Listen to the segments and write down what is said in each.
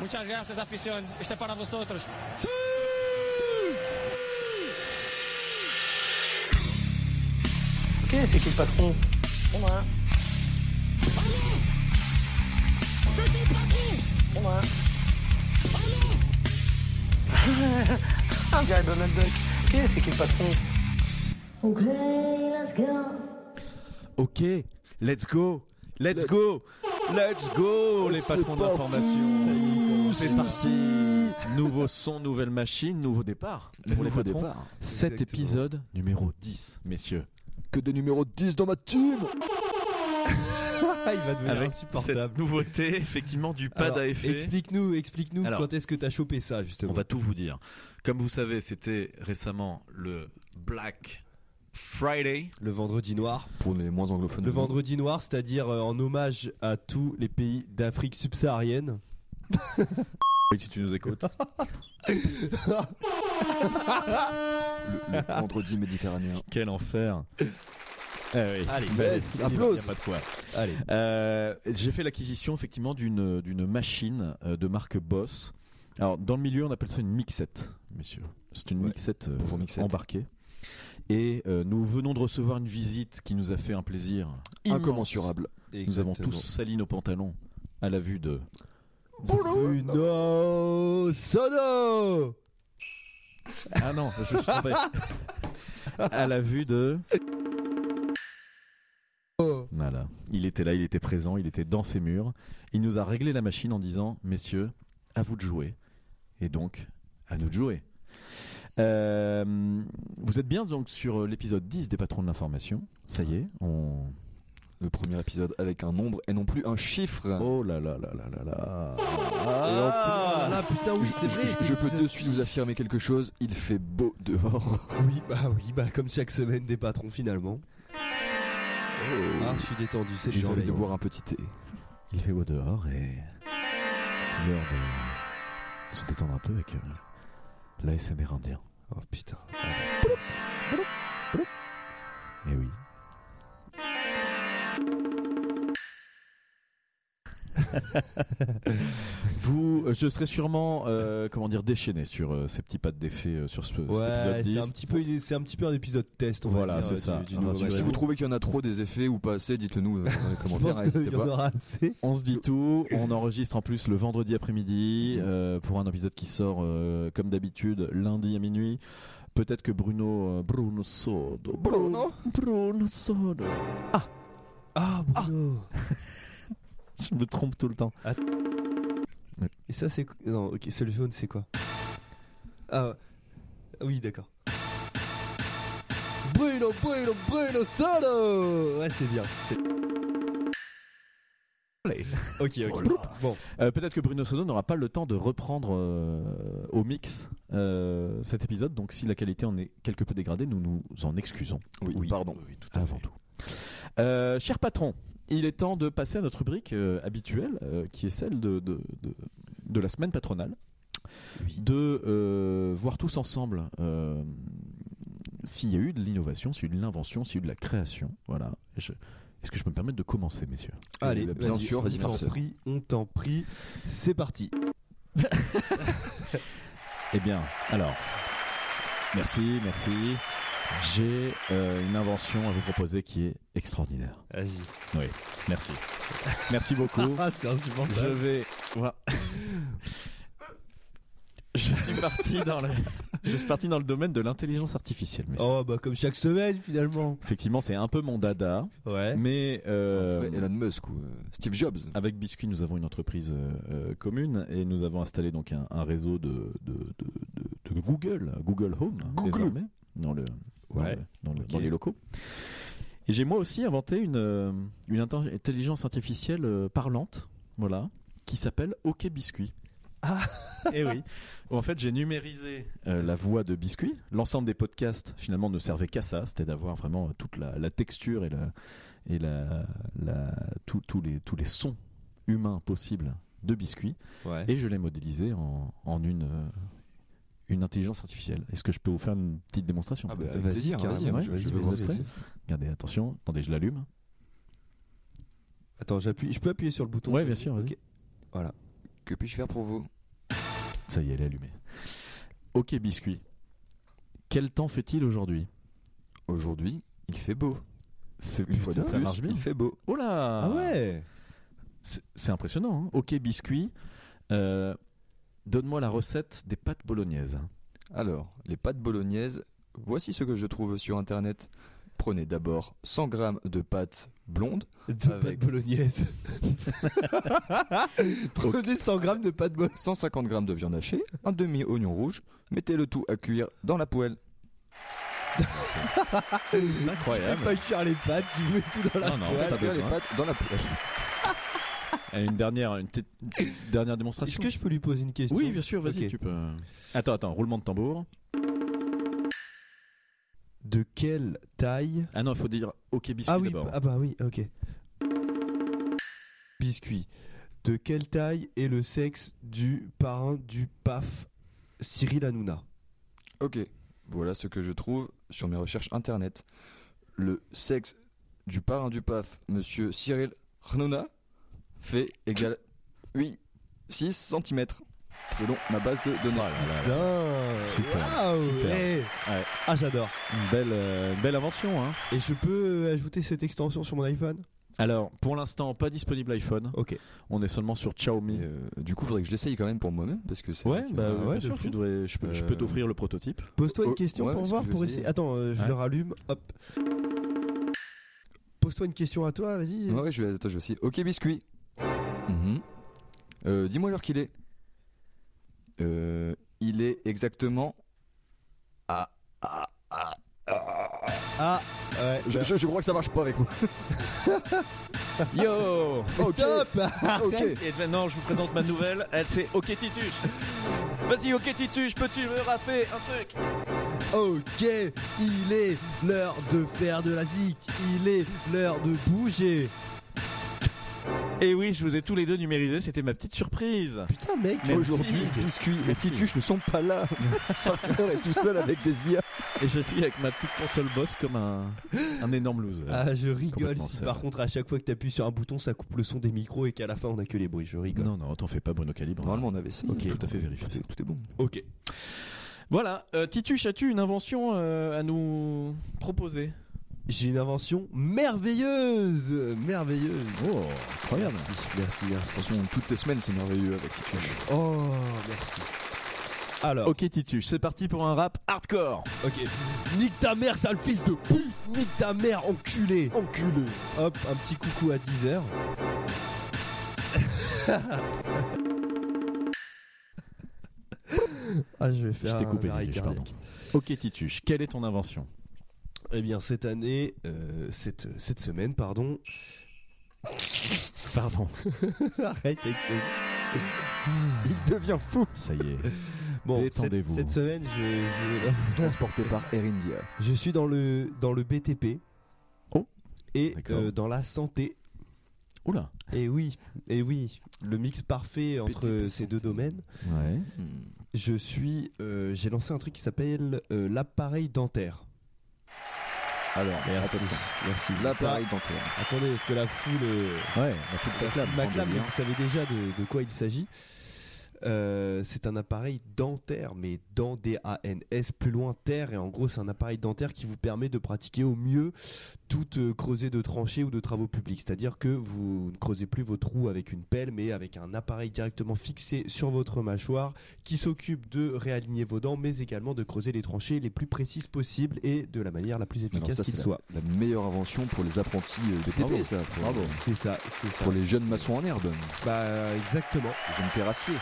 Muchas gracias, afición. Este es para vosotros. Ok, c'est qui le patron C'est moi. Allô C'est qui le patron C'est moi. Allô Ah, on dirait Donald Duck. Ok, c'est qui le patron Okay, let's go. Ok, let's go, let's go, let's go, les patrons d'information. C'est parti. Nouveau son, nouvelle machine, nouveau départ. Pour nouveau les patrons. départ. Cet Exactement. épisode numéro 10, messieurs. Que des numéros 10 dans ma team Ah, il va devenir Avec insupportable. cette nouveauté, effectivement, du pad Alors, à effet. Explique-nous, explique-nous Alors, quand est-ce que t'as chopé ça On justement. va tout vous dire. Comme vous savez, c'était récemment le Black Friday. Le vendredi noir. Pour les moins anglophones. Le vendredi noir, c'est-à-dire euh, en hommage à tous les pays d'Afrique subsaharienne. Si tu nous écoutes. Le, le vendredi méditerranéen. Quel enfer. Ah oui. Allez, baisse, y a- y a applause. pas de quoi. Allez. Euh, j'ai fait l'acquisition effectivement d'une d'une machine euh, de marque Boss. Alors dans le milieu, on appelle ça une mixette, messieurs. C'est une Ouais. mixette, euh, Bonjour, mixette. embarquée. Et euh, nous venons de recevoir une visite qui nous a fait un plaisir immense. Incommensurable. Nous avons tous sali nos pantalons à la vue de. Bruno Sono Ah non, je me suis trompé. à la vue de. Voilà. Il était là, il était présent, il était dans ses murs. Il nous a réglé la machine en disant Messieurs, à vous de jouer. Et donc, à nous de jouer. Euh, vous êtes bien donc sur l'épisode 10 des patrons de l'information. Ça y est, on. Le premier épisode avec un nombre et non plus un chiffre. Oh là là là là là là. Ah là, putain, oui, c'est Je- vrai. je- c'est- je peux de suite vous affirmer quelque chose, il fait beau dehors. Oui, bah oui, bah comme chaque semaine des patrons finalement. Ah, je suis détendu, c'est le Oh. J'ai envie soleil. de boire un petit Ah, thé. Il fait beau dehors et c'est l'heure de se détendre un peu avec euh, l'ASMR indien. Oh putain. Eh oui. Vous, euh, je serai sûrement, euh, comment dire, déchaîné sur euh, ces petits pas d'effet euh, sur ce, cet Ouais, c'est épisode un 10. petit peu, une- c'est un petit peu un épisode test. On va Voilà, dire, c'est euh, ça. du- du Ah, nouveau si vous Si magazine. vous trouvez qu'il y en a trop des effets ou pas assez, dites-le nous euh, dans les Je pense commentaires, qu'il y n'hésitez en pas. aura assez. On se dit tout. On enregistre en plus le vendredi Mm-hmm. après-midi euh, pour un épisode qui sort euh, comme d'habitude lundi à minuit. Peut-être que Bruno, euh, Bruno Sodo, Bruno Bruno Sodo. Ah, Bruno. Je me trompe tout le temps. Et ça, c'est. Non, ok, c'est le jaune, c'est quoi Ah, ouais. oui, d'accord. Bruno, Bruno, Bruno Solo Ouais, c'est bien. c'est- Ok, ok. Bon, Euh, Peut-être que Bruno Sodo n'aura pas le temps de reprendre euh, au mix euh, cet épisode, donc si la qualité en est quelque peu dégradée, nous nous en excusons Oui, pardon. avant tout. Euh, cher patron, il est temps de passer à notre rubrique euh, habituelle, euh, qui est celle de, de, de, de la semaine patronale, de euh, voir tous ensemble euh, s'il y a eu de l'innovation, s'il y a eu de l'invention, s'il y a eu de la création. Voilà. Je- Est-ce que je peux me permettre de commencer, messieurs allez, bien vas-y, sûr, vas-y, on t'en force. prie, on t'en prie. C'est parti. Eh bien, alors, merci, merci. J'ai euh, une invention à vous proposer qui est extraordinaire. Vas-y. Oui, merci. Merci beaucoup. Ah, c'est Je insupportable. vais. voilà. Je suis parti dans le. Je suis parti dans le domaine de l'intelligence artificielle. messieurs. Oh, bah, comme chaque semaine, finalement. Effectivement, c'est un peu mon dada, Oh. Ouais. mais euh, Après, Elon Musk ou euh, Steve Jobs. Ah. Avec Biscuit, nous avons une entreprise euh, euh, commune et nous avons installé donc un, un réseau de, de, de- de- de Google, Google Home, Google. désormais, dans, le, dans Ouais. le- dans le- Ok. dans les locaux. Et j'ai moi aussi inventé une, euh, une inten- intelligence artificielle euh, parlante, voilà, qui s'appelle OK Biscuit. Ah Et oui. En fait, j'ai numérisé euh, la voix de Biscuit. L'ensemble des podcasts, finalement, ne servait qu'à ça. C'était d'avoir vraiment euh, toute la, la texture et, la, et la, la, tout- tous les, tous les sons humains possibles de Biscuit. Ouais. Et je l'ai modélisé en, en une, euh, une intelligence artificielle. Est-ce que je peux vous faire une petite démonstration Ah bah, peut-être avec Vas-y, plaisir, vas-y, carrément, je, ouais, je hein. vas-y, veux voir vas-y, ce que vas-y. c'est. Regardez, attention. Attendez, je l'allume. Attends, j'appuie. Je peux appuyer sur le bouton Ouais, bien sûr, vas-y. Ok. Voilà. Que puis-je faire pour vous Ça y est, elle est allumée. Ok, biscuit. Quel temps fait-il aujourd'hui Aujourd'hui, il fait beau. C'est Une fois de putain, ça plus, marche bien. il fait beau. Oh là Ah ouais C'est c'est impressionnant. hein. Ok, biscuit. Euh, Donne-moi la recette des pâtes bolognaises. Alors, les pâtes bolognaises, voici ce que je trouve sur internet. Prenez d'abord 100 grammes de pâtes blondes. Deux Avec- pâtes bolognaises. Prenez 100 grammes de pâtes bolognaises. 150 g de viande hachée, un demi-oignon rouge, mettez le tout à cuire dans la poêle. Incroyable. Pas cuire les pâtes, tu mets tout dans la Non, non, en fait, poêle. t'as Cuire les besoin. pâtes dans la poêle. Et Une dernière, une petite- une petite dernière Est-ce démonstration. que je peux lui poser une question Oui, bien sûr, vas-y, Ok. tu peux. Attends, attends, roulement de tambour. De quelle taille Ah non, il faut dire ok, biscuit Ah oui, d'abord. ah bah oui, ok. Biscuit. De quelle taille est le sexe du parrain du PAF Cyril Hanouna Ok, voilà ce que je trouve sur mes recherches internet. Le sexe du parrain du PAF, monsieur Cyril Hanouna, fait égal 8, 6 cm, selon ma base de Oh données. là là là. Putain Super, waouh, super. eh. Ouais. Ah j'adore Une belle, euh, une belle invention. Hein. Et je peux euh, ajouter cette extension sur mon iPhone Alors, pour l'instant, pas disponible iPhone. Ok. On est seulement sur Xiaomi. Et, euh, du coup, faudrait que je l'essaye quand même pour moi-même, parce que c'est. Mm. Ouais, vrai que- bah, ouais, bien de sûr, fou. tu devrais- je, peux, je Euh, peux t'offrir le prototype. Pose-toi Oh, une question ouais, pour est-ce voir, que je pour vais essayer. essayer Attends, euh, je Ouais. le rallume, hop. Pose-toi une question à toi, vas-y. Ouais, ouais, je vais, attends, je vais essayer. Ok, biscuit. Mhm. Euh, Dis-moi l'heure qu'il est. Euh, il est exactement. Ah, ah, ah. Ah, ouais. Je, bah- je- je crois que ça marche pas avec moi. Yo Mais Ok. oh, Stop ok. Et maintenant, je vous présente ma nouvelle. Elle, c'est Ok Titus. Vas-y, Ok Titus, peux-tu me rapper un truc Ok, il est l'heure de faire de la zik, il est l'heure de bouger. Et Eh oui, je vous ai tous les deux numérisés. C'était ma petite surprise. Putain mec, Merci. Aujourd'hui, Biscuit et Merci. Titus ne sont pas là. Farceur est tout seul avec des IA. Et je suis avec ma petite console boss comme un, un énorme loser. euh, Ah je rigole Complètement si seul. par contre à chaque fois que t'appuies sur un bouton ça coupe le son des micros et qu'à la fin on a que les bruits, je rigole. non, non, t'en fais pas, Bruno Calibre. Normalement, on avait essayé. Ok, tout à fait vérifié. Tout est, tout est bon. Ok. Voilà, euh, Titus, as-tu une invention euh, à nous proposer J'ai une invention merveilleuse Merveilleuse Oh, Merci, merci, merci. Attention, toutes les semaines, c'est merveilleux avec Titus. Oh, merci. Alors, Ok Titus, c'est parti pour un rap hardcore. ok. Nique ta mère, sale fils de pute Nique ta mère, enculé Enculé. Hop, un petit coucou à 10h. ah, je vais faire. Je t'ai un coupé, arrêt Régis, cardiaque. pardon. Ok Titus, quelle est ton invention Eh bien, cette année, euh, cette, cette semaine, pardon. Pardon, Arrête avec ce. Il devient fou. ça y est. Bon, Détendez-vous. Cette, cette semaine, je, Transporté par Air India. je, je suis dans le, dans le BTP. Oh. Et D'accord. euh, dans la santé. Oula. Et oui, et oui, le mix parfait entre BTP ces deux santé. domaines. Ouais. Hmm. Je suis. euh, J'ai lancé un truc qui s'appelle euh, l'appareil dentaire. Alors, Merci. attends, Merci. l'appareil dentaire. Ça, attendez, parce que la foule. euh, Ouais, la toute la foule m'acclame, bien. mais vous savez déjà de, de quoi il s'agit. Euh, c'est un appareil dentaire, mais dans D-A-N-S, plus loin terre. Et en gros, c'est un appareil dentaire qui vous permet de pratiquer au mieux toute euh, creusée de tranchées ou de travaux publics. C'est-à-dire que vous ne creusez plus vos trous avec une pelle, mais avec un appareil directement fixé sur votre mâchoire qui s'occupe de réaligner vos dents, mais également de creuser les tranchées les plus précises possibles et de la manière la plus efficace ça, qu'il c'est soit. La meilleure invention pour les apprentis euh, BTP, Bravo. ça. Pour, C'est ça, c'est ça. pour les jeunes maçons en herbe, Bah, exactement. les jeunes terrassiers.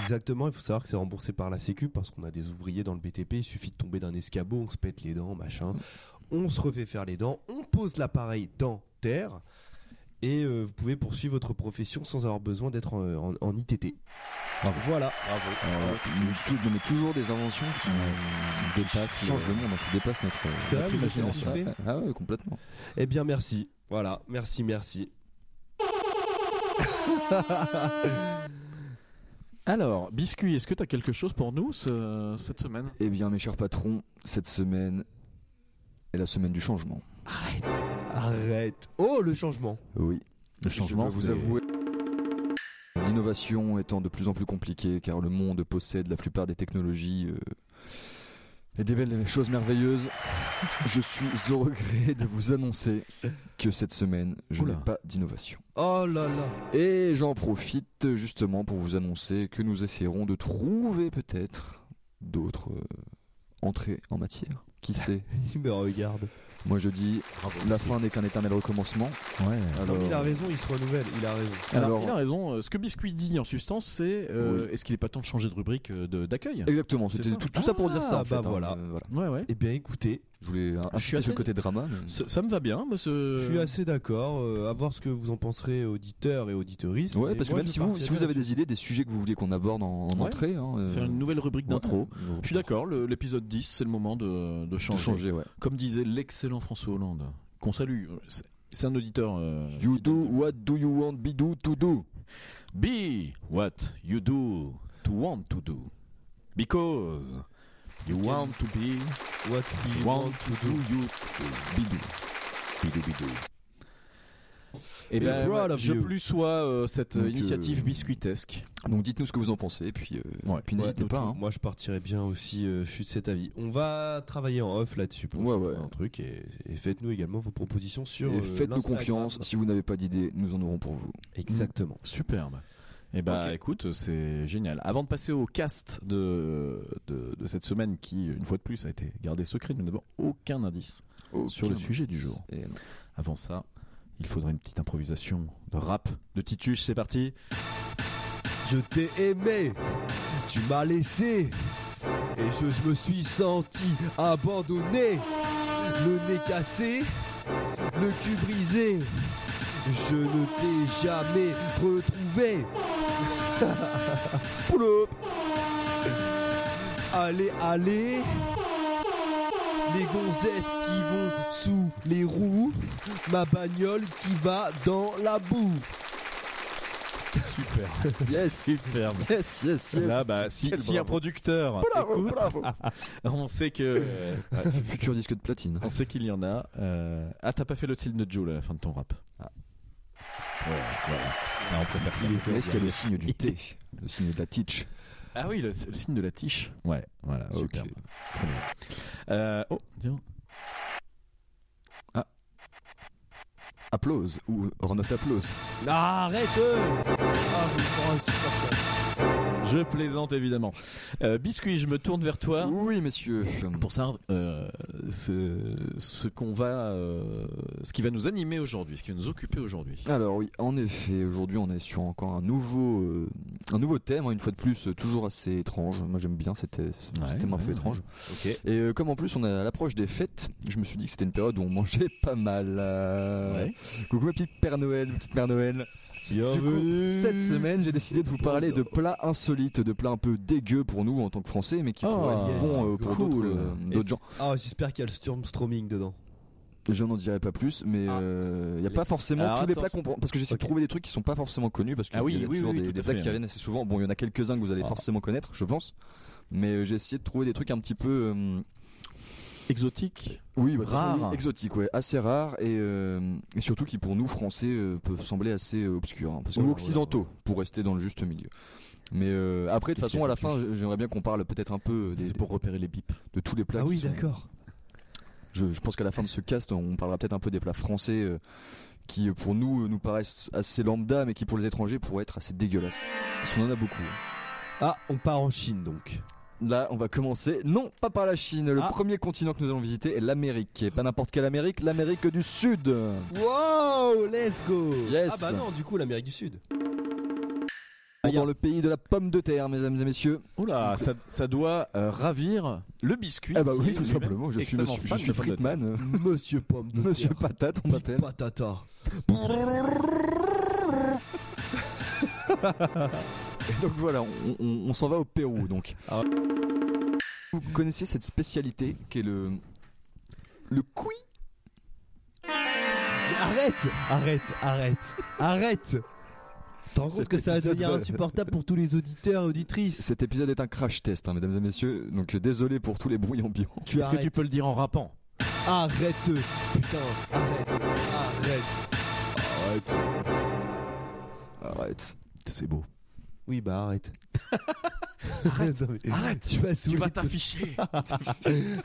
Exactement, il faut savoir que c'est remboursé par la Sécu parce qu'on a des ouvriers dans le BTP, il suffit de tomber d'un escabeau, on se pète les dents, machin. On se refait faire les dents, on pose l'appareil dentaire et euh, vous pouvez poursuivre votre profession sans avoir besoin d'être en, en- en ITT. Voilà. Alors, nous- tout- nous- mais toujours des inventions qui, qui dépassent qui changent le- le monde, hein, qui dépassent notre, C'est notre vrai, vous êtes imagination. satisfait Ah, ah ouais, complètement. Eh bien, merci. Voilà, merci, merci. Alors, Biscuit, est-ce que t'as quelque chose pour nous ce- cette semaine Eh bien, mes chers patrons, cette semaine est la semaine du changement. Arrête. Oh, le changement. Oui. Le Je peux vous avouer. L'innovation étant de plus en plus compliquée car le monde possède la plupart des technologies euh, et des belles choses merveilleuses, je suis au regret de vous annoncer que cette semaine, je Oula. n'ai pas d'innovation. Oh là là. Et j'en profite justement pour vous annoncer que nous essaierons de trouver peut-être d'autres euh, entrées en matière. Qui sait Il me regarde. Moi je dis, la fin n'est qu'un éternel recommencement. Ouais. Alors, il a raison, il se renouvelle. Il a raison. Alors, Alors- il a raison. euh, Ce que Biscuit dit en substance, c'est euh, est-ce qu'il n'est pas temps de changer de rubrique euh, de- d'accueil exactement, C'est c'était ça. tout, tout ça pour dire ça. Ah, en fait, bah voilà. euh, Ouais, ouais. Eh bien, écoutez, Je voulais hein, Je suis insister assez- sur le côté drama. mais- Ça, ça me va bien, mais ce- je suis assez d'accord. euh, à voir ce que vous en penserez, auditeurs et auditeuristes. Ouais, mais parce que moi, même je si vous, si partirais vous avez là-dessus. des idées, des sujets que vous voulez qu'on aborde en, en Ouais. entrée, hein, euh, Faire une nouvelle rubrique ouais. d'intro. Euh, Je suis d'accord, le- l'épisode 10, c'est le moment de, de de changer. changer, ouais. Comme disait l'excellent François Hollande, qu'on salue. C'est- C'est un auditeur. euh, You fidèle. do what do you want be do to do. Be what you do to want to do. Because you want to be, What we you want to do, you to bidou. Bidou, bidou. Et We are bien, proud of Eh ben, je you. plus sois euh, cette euh, Donc, initiative euh, biscuitesque. Donc dites-nous ce que vous en pensez, et puis, euh, Ouais. puis Ouais, n'hésitez donc, pas. hein. Moi, je partirais bien aussi. euh, je suis de cet avis. On va travailler en off là-dessus pour Ouais, trouver ouais. un truc et, et faites-nous également vos propositions sur. Et euh, faites-nous l'Instagram. confiance, si vous n'avez pas d'idées, nous en aurons pour vous. Exactement. Superbe. Et bah écoute, c'est génial. Avant de passer au cast de, de, de cette semaine qui, une fois de plus, a été gardé secret, nous n'avons aucun indice sur le Aucun. sujet du jour. Et non. Avant ça, il faudrait une petite improvisation de rap de Titus, c'est parti. Je t'ai aimé, tu m'as laissé, et je me suis senti abandonné, le nez cassé, le cul brisé. Je ne t'ai jamais retrouvé. Poulop. Allez, allez. Les gonzesses qui vont sous les roues, ma bagnole qui va dans la boue. Super. Yes, Superbe. yes, yes, yes. Là, bah, si, Quel si un bravo. producteur Bravo, écoute, bravo. on sait que euh, ouais, Futur disque de platine. on sait qu'il y en a. euh, Ah, t'as pas fait le style de Joe là, à la fin de ton rap. Ah. Ouais, voilà. Ah, on préfère ça. Est-ce qu'il y a le signe du T Le signe de la teach Ah oui, le, le signe de la tiche. Ouais, voilà, Ok. superbe. Très bien. Euh, oh, tiens. Applause ou Renault applause. Arrête euh. Ah, oh, je plaisante évidemment. Euh, Biscuit, je me tourne vers toi. Oui, messieurs. Pour ça, euh, ce, ce qu'on va, euh, ce qui va nous animer aujourd'hui, ce qui va nous occuper aujourd'hui. Alors oui, en effet, aujourd'hui on est sur encore un nouveau, euh, un nouveau thème, hein, une fois de plus, euh, toujours assez étrange. Moi j'aime bien cet, euh, ce Ouais, ce thème un ouais, peu ouais. étrange. Ok. Et euh, comme en plus on est à l'approche des fêtes, je me suis dit que c'était une période où on mangeait pas mal. euh. Ouais. Ah Coucou ma petite Père Noël, petite Mère Noël. Du coup, cette semaine, j'ai décidé de vous parler de plats insolites, de plats un peu dégueux pour nous en tant que Français, mais qui Oh, pourraient être yes, bons euh, let's pour go. d'autres, Cool. euh, d'autres gens. Ah, j'espère qu'il y a le Stormstroming dedans. Je n'en dirai pas plus, mais il Ah. n'y a pas forcément Alors, tous les attends, plats qu'on prend- Parce que j'essaie de trouver des trucs qui sont pas forcément connus, parce qu'il Ah oui, y a oui, toujours oui, des, tout des à plats fait, qui ouais. reviennent assez souvent. Bon, il y en a quelques-uns que vous allez Ah. forcément connaître, je pense. Mais j'ai essayé de trouver des trucs un petit peu. euh, Exotique. Oui, bah, de toute façon, Rare. oui, exotique, ouais, assez rare et, euh, et surtout qui pour nous français euh, peuvent sembler assez euh, obscurs hein, parce que- Ouais, ou occidentaux pour rester dans le juste milieu. Mais euh, après, de toute Qu'est-ce façon, à la qu'il y a fin, j'aimerais bien qu'on parle peut-être un peu des- C'est pour repérer les bips. de tous les plats. ah qui oui, sont- d'accord. Je, je pense qu'à la fin de ce cast, on parlera peut-être un peu des plats français euh, qui, euh, pour nous, euh, nous paraissent assez lambda, mais qui pour les étrangers pourraient être assez dégueulasses. Parce qu'on en a beaucoup. hein. Ah, on part en Chine donc. Là, on va commencer, non pas par la Chine. Le Ah. premier continent que nous allons visiter est l'Amérique. Et pas n'importe quelle Amérique, l'Amérique du Sud. Wow, let's go. Yes. Ah bah non, du coup l'Amérique du Sud. Dans le pays de la pomme de terre, mesdames et messieurs. Oula, ça, ça doit euh, ravir le biscuit. Ah bah qui oui, est tout lui-même simplement. Je suis, extrêmement monsieur- je fan suis de pommes de terre. Friedman, Monsieur Pomme de Monsieur terre. Patate, on Big m'appelle. Patata. Et Donc voilà, on, on- on s'en va au Pérou. Donc, Ah. vous connaissez cette spécialité qui est le le cuit Mais Arrête, arrête, arrête, arrête. T'en rends compte Cet que ça va épisode, devenir euh, insupportable pour tous les auditeurs et auditrices. Cet épisode est un crash test, hein, mesdames et messieurs. Donc euh, désolé pour tous les bruits ambiants. Tu Est-ce que arrêtes. tu peux le dire en rappant Arrête. Putain, arrête, arrête. Arrête. C'est beau. Oui, bah arrête. arrête, arrête, tu vas Tu vas t'afficher.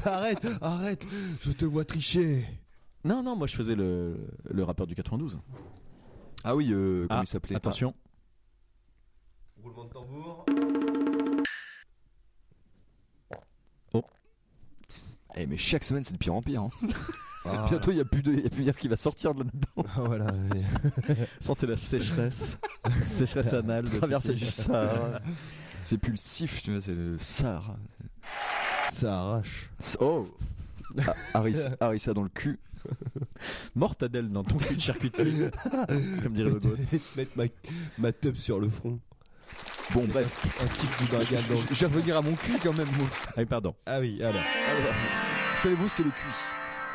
arrête, arrête, je te vois tricher. non, non, moi je faisais le, le rappeur du 92. Ah oui, euh, comment Ah, il s'appelait Attention. Roulement de tambour. Eh, mais chaque semaine, c'est de pire en pire. hein. Bientôt, il n'y a plus de, il y a plus rien qui va sortir de là-dedans. Ah, voilà. Sentez la sécheresse. sécheresse anale. de Traverser Titi. du Sahara. C'est pulsif, tu vois, c'est le Sahara. Ça arrache. Oh Ah, Harissa, Harissa dans le cul. Mortadelle dans ton cul de charcuterie. comme dirait le Je bot. vais te mettre ma, ma teub sur le front. Bon, bref. Un type du bargal dans le- Je vais revenir à mon cul quand même. moi. Ah oui, pardon. Ah oui, alors. Alors, savez-vous ce qu'est le QI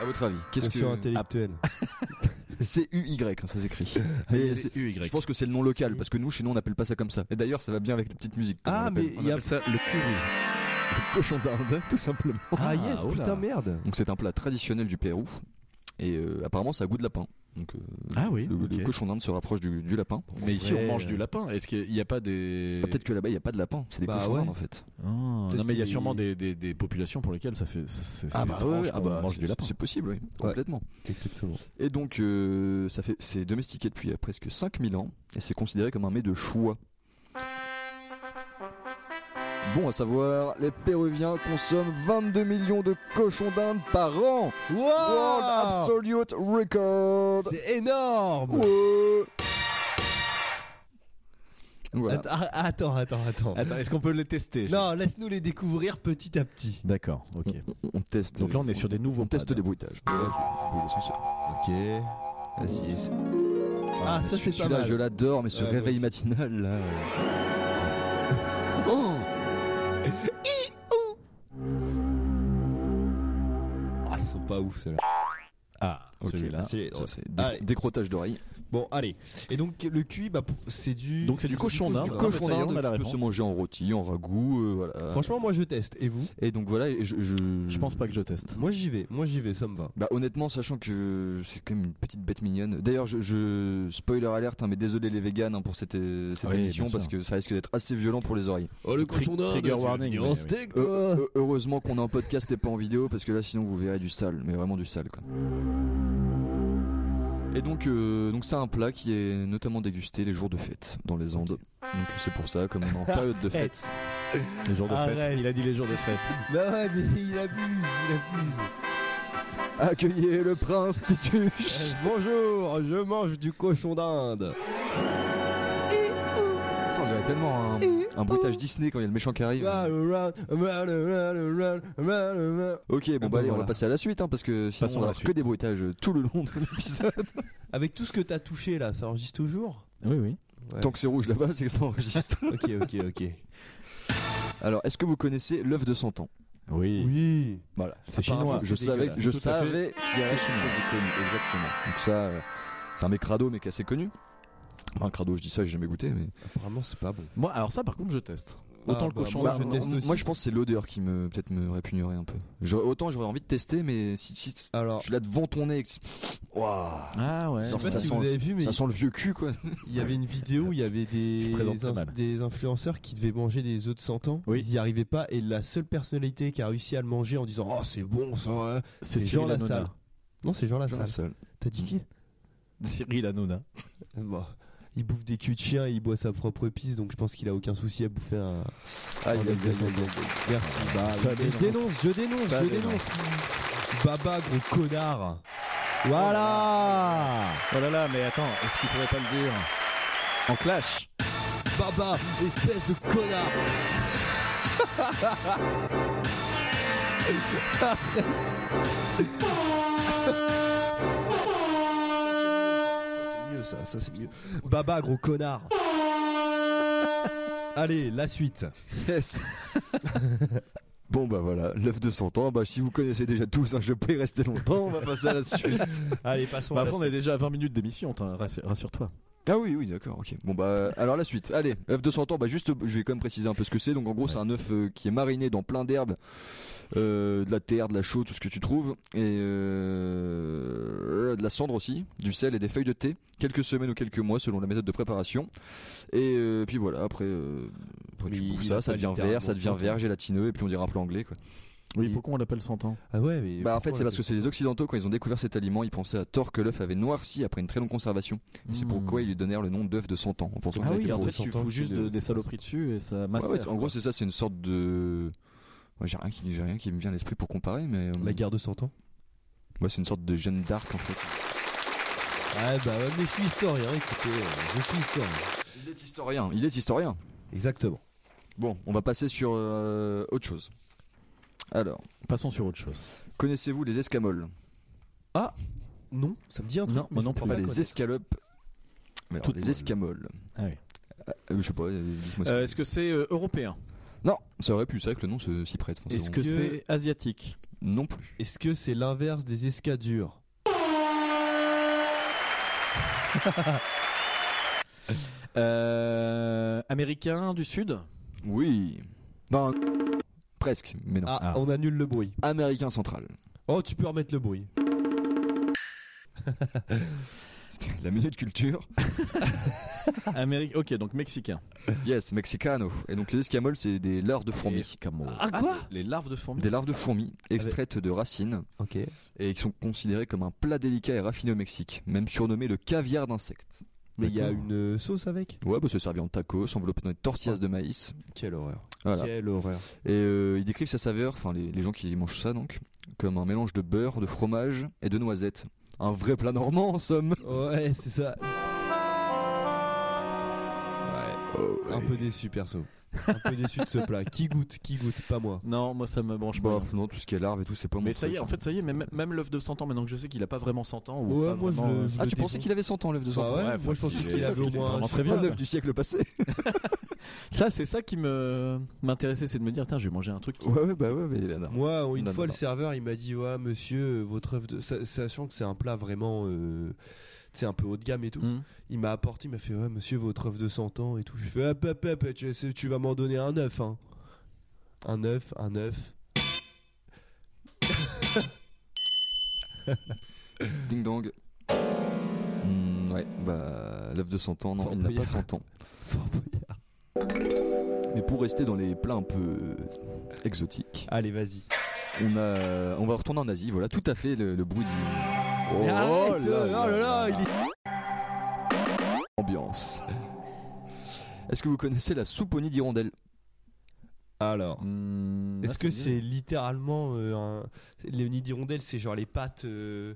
À votre avis Qu'est-ce Question que intellectuelle. C-U-Y, hein, ça s'écrit. Mais c'est- je pense que c'est le nom local, parce que nous, chez nous, on n'appelle pas ça comme ça. Et d'ailleurs, ça va bien avec la petite musique. comme on Ah, mais l'appelle. il y a. ça le curry. Le cochon d'Inde, tout simplement. Ah yes, oh là. putain, merde. Donc, c'est un plat traditionnel du Pérou. Et euh, apparemment, ça a goût de lapin. Donc, euh, Ah oui. le, le ok. cochon d'Inde se rapproche du, du lapin. Mais ici, Ouais. on mange du lapin. Est-ce qu'il n'y a pas des. Ah, Peut-être que là-bas, il n'y a pas de lapin. C'est des Bah cochons ouais. d'Inde, en fait. Ah, non, mais il y a qu'il- sûrement des, des- des populations pour lesquelles ça fait. ça- C'est c'est étrange ouais, ah qu'on bah, mange c'est- du lapin. C'est possible, oui. Complètement. Exactement. Et donc, euh, ça fait, c'est domestiqué depuis il y a presque 5000 ans et c'est considéré comme un mets de choix. Bon à savoir, les Péruviens consomment 22 millions de cochons d'Inde par an. World Absolute Record. Ah C'est énorme. Ouais. Voilà. Att- ah, Attends, attends, attends. Attends, est-ce qu'on peut le tester Non, laisse-nous les découvrir petit à petit. D'accord, ok. On- On teste. Donc là, on est sur des nouveaux on teste pads. des bruitages. Bruit d'ascenseur. Ok. Vas-y. c'est- Ah, ça c'est pas Celui-là, mal. je l'adore, mais ce Ouais, réveil ouais. matinal là. euh. Oh. Ah, ils sont pas ouf ceux-là. Ah, Ok, celui-là. c'est- Ça, c'est Ah, décro- décrotage d'oreille. Bon, allez. Et donc le QI, bah, pour- c'est du. Donc c'est du cochon d'Inde. Du Ah, cochon bah, ça y est, on a la d'Inde, tu peux réponse. se manger en rôti, en ragoût, euh, voilà. Franchement, moi je teste. Et vous Et donc voilà, et je, je- Je pense pas que je teste. Moi j'y vais. Moi j'y vais. Ça me va. Bah honnêtement, sachant que c'est quand même une petite bête mignonne. D'ailleurs, je, je- spoiler alerte, hein, mais désolé les véganes hein, pour cette, euh, cette Oui, émission bien parce sûr. que ça risque d'être assez violent pour les oreilles. Oh le C'est tri- cochon d'Inde. trigger tu vas warning, venir mais En oui. steak, Euh, toi. Ah. euh, heureusement qu'on est en podcast et pas en vidéo parce que là sinon vous verrez du sale, mais vraiment du sale quoi. Et donc, euh, donc c'est un plat qui est notamment dégusté les jours de fête dans les Andes. Donc c'est pour ça, comme on est en période de fête, Les jours de Arrête. fête. Il a dit les jours de fête. Bah ouais, mais il abuse, il abuse. accueillez le prince Titus. Euh, bonjour, je mange du cochon d'Inde. Ça, on dirait tellement un, un bruitage Disney quand il y a le méchant qui arrive. Ah, Bah, euh, Ok, bon, Ah bah, bah allez, on voilà. va passer à la suite, hein, parce que sinon Passons on à va la avoir suite. que des bruitages euh, tout le long de l'épisode. Avec tout ce que t'as touché là, ça enregistre toujours Oui, oui. Tant que c'est rouge là-bas, c'est que ça enregistre. Ok, ok, ok. Alors, est-ce que vous connaissez l'œuf de 100 ans Oui. Oui. Voilà, C'est Apparemment, chinois. je c'est savais, dégueulasse. je Tout à fait. savais qu'il y avait C'est quelque chose de connu, exactement. Donc ça, euh, c'est un mec crado, mais qui est assez connu. Enfin, crado, je dis ça, j'ai jamais goûté, mais. Apparemment, c'est pas bon. Moi, alors ça, par contre, je teste. Autant Ah, le bah, cochon moi, d'Inde. je teste moi, aussi. je pense que c'est l'odeur qui me peut-être me répugnerait un peu. J'aurais- autant j'aurais envie de tester, mais si, si je Alors, suis là devant ton nez, et que- Ouah. Ah ouais. je sais Genre, pas ça si sent- vous avez vu, mais ça sent le vieux cul, quoi. il y avait une vidéo où il y avait des, Je présente très ins- mal. des influenceurs qui devaient manger des œufs de 100 ans. Oui. Ils y arrivaient pas et la seule personnalité qui a réussi à le manger en disant Oh, c'est bon ça. ouais. C'est Jean Cyril Lassalle. Hanouna. Non, c'est Jean Lassalle. seul. T'as dit qui Cyril Hanouna. Bon, Il bouffe des culs de chien et il boit sa propre pisse, donc je pense qu'il a aucun souci à bouffer un. Aïe, un aïe, aïe, œuf de aïe, aïe. sanglier. Merci. Bah, Ça mais dénonce. je dénonce, je dénonce, Ça je dénonce. dénonce. Baba, gros connard. Voilà. Oh là là, mais attends, est-ce qu'il pourrait pas le dire En clash Baba, espèce de connard. Arrête. C'est mieux, Ça, ça c'est mieux. Baba, gros connard. Allez, la suite. Yes. bon bah voilà, l'œuf de 100 ans. Bah si vous connaissez déjà tous, hein, je peux y rester longtemps. On va passer à la suite. Allez, passons Bah à la Après, on suite. est déjà à 20 minutes d'émission, t'as- rassure- rassure-toi. Ah oui, oui, d'accord, ok. Bon, bah, alors la suite. Allez, œuf de 100 ans, bah, juste, je vais quand même préciser un peu ce que c'est. Donc, en gros, c'est un œuf euh, qui est mariné dans plein d'herbes, euh, de la terre, de la chaux, tout ce que tu trouves, et euh, de la cendre aussi, du sel et des feuilles de thé, quelques semaines ou quelques mois selon la méthode de préparation. Et euh, puis voilà, après, euh, après, tu Mais bouffes il a ça, ça pas devient vert, littéralement ça devient 100 vert, gélatineux, et puis on dira un peu anglais, quoi. Oui, pourquoi on l'appelle 100 ans Ah ouais, mais. Bah, en fait, pourquoi c'est on parce que c'est les Occidentaux, quand ils ont découvert cet aliment, ils pensaient à tort que l'œuf avait noirci après une très longue conservation. Et c'est Hmm. pourquoi ils lui donnèrent le nom d'œuf de 100 ans, en pensant que Ah ça oui, était en pour fait, 100 tu ans. fous juste de- des saloperies dessus et ça Ouais, macère. ouais, en gros, c'est ça, c'est une sorte de. Ouais, j'ai rien, qui, j'ai rien qui me vient à l'esprit pour comparer, mais. euh, La guerre de 100 ans ouais, c'est une sorte de Jeanne d'Arc en fait. Ah bah ouais, mais je suis historien, écoutez, euh, je suis historien. Il est historien, il est historien. Exactement. Bon, on va passer sur euh, autre chose. Alors, Passons sur autre chose. connaissez-vous les escamoles Non, ça me dit un truc. Non, mais moi je non crois plus. pas Pas les connaître. escalopes. Mais alors, Toutes les molles. escamoles. Ah oui. Euh, je sais pas, euh, dites-moi ça. Euh, Est-ce que c'est euh, européen Non, ça aurait pu, c'est vrai que le nom se- s'y prête. Enfin, Est-ce on- que que- c'est asiatique Non plus. Est-ce que c'est l'inverse des escadures Euh, Américain du Sud Oui. Non, presque, mais non. ah, Ah. on annule le bruit. Américain central. Oh, tu peux remettre le bruit. La minute culture. Amérique. Ok, donc mexicain. Yes, mexicano. Et donc les escamoles, c'est des larves de fourmis. Mexicamo. Ah, quoi Les larves de fourmis. Des larves de fourmis extraites de racines Ok. et qui sont considérées comme un plat délicat et raffiné au Mexique, même surnommé le caviar d'insectes. Mais il y a D'accord. une euh, sauce avec Ouais, bah, se servi en tacos, enveloppé dans des tortillas de maïs. Quelle horreur. Voilà. Quelle horreur. Et euh, ils décrivent sa saveur, enfin les, les gens qui mangent ça donc, comme un mélange de beurre, de fromage et de noisettes. Un vrai plat normand en somme. Ouais, c'est ça. Oh, Ouais, un peu déçu perso. Un peu déçu de ce plat. Qui goûte Qui goûte Pas moi. Non, moi ça me branche Bah, pas. pff, non, tout ce qui est larves et tout, c'est pas mon Mais ça y truc, est, en hein. fait, ça y est, même, même l'œuf de 100 ans, maintenant que je sais qu'il a pas vraiment 100 ans. Ou Ouais, pas moi, je vraiment, le- euh, je Ah, le tu pensais défonce. qu'il avait 100 ans l'œuf de 100 ans Ah, Bah ouais, ouais, moi je pensais il qu'il est- avait au il est moins vraiment un très Un bien. œuf du siècle passé. Ça, c'est ça qui me m'intéressait, c'est de me dire, tiens, je vais manger un truc. qui- ouais, ouais, bah ouais, mais là, non. Moi, une Non, fois, non, le non. serveur, il m'a dit Ouais, monsieur, euh, votre œuf de. sa- Sachant que c'est un plat vraiment. euh, tu sais, un peu haut de gamme et tout. Hmm. Il m'a apporté, il m'a fait Ouais, monsieur, votre œuf de 100 ans et tout. Je lui fais Hop, hop, hop, tu, sais, tu vas m'en donner un œuf, hein. Un œuf, un œuf. Ding dong. Hmm, ouais, bah l'œuf de 100 ans, non, Fort il n'a pas Boyard. 100 ans. Fort Boyard. Mais pour rester dans les plats un peu euh, exotiques, Allez, vas-y. on, a, on va retourner en Asie. Voilà, tout à fait le, le bruit du. Oh, Arrête, oh là là, il Ambiance. Est-ce que vous connaissez la souponie d'hirondelle Alors. Hmm, Est-ce ah, ça que me dit- c'est littéralement euh, un. Les nids d'hirondelles, c'est genre les pattes. euh,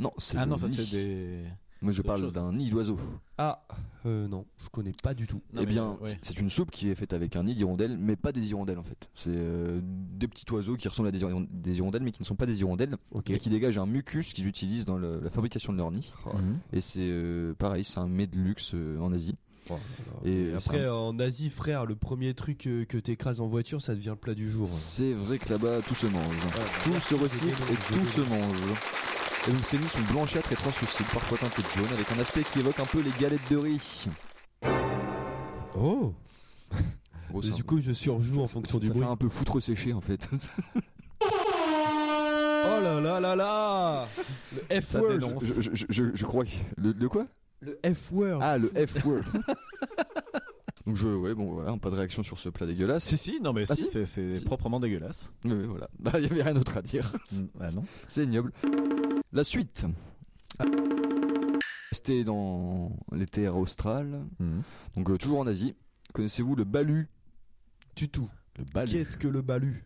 Non, c'est. Ah le non, ça nid. c'est des. Moi je c'est autre parle chose. d'un nid d'oiseau. Ah, euh, non, je connais pas du tout. Non, mais, eh bien, euh, ouais. c'est- c'est une soupe qui est faite avec un nid d'hirondelle, mais pas des hirondelles en fait. C'est euh, des petits oiseaux qui ressemblent à des hiron- des hirondelles, mais qui ne sont pas des hirondelles. Ok. et qui dégagent un mucus qu'ils utilisent dans le- la fabrication de leur nid. Mhm. Et c'est euh, pareil, c'est un mets de luxe euh, en Asie. Et Et euh, après, euh, ça- en Asie, frère, le premier truc euh, que t'écrases en voiture, ça devient le plat du jour. C'est vrai que là-bas, tout se mange. tout se recycle dénoncé, et je tout dénonce. se mange. Et donc ces nids sont blanchâtres et translucides, parfois teintés de jaune, avec un aspect qui évoque un peu les galettes de riz. Oh Gros, Mais ça- Du coup, je surjoue en ça- fonction ça du fait bruit. un peu foutre séché en fait. Oh là là là là Le Ça F-word dénonce. je, je- je- je- je crois que... Le, le quoi Le Oh. F-word Ah, le F-word. donc je... Ouais, bon voilà, pas de réaction sur ce plat dégueulasse. Si, si, non, mais Ah, si, si. c'est- c'est Si. proprement dégueulasse. Mais voilà, bah, il y avait rien d'autre à dire. Hmm, Ah non. C'est ignoble. La suite. Rester dans les terres australes, Hmm. donc euh, toujours en Asie. Connaissez-vous le balu Du tout. Le bal. Qu'est-ce que le balu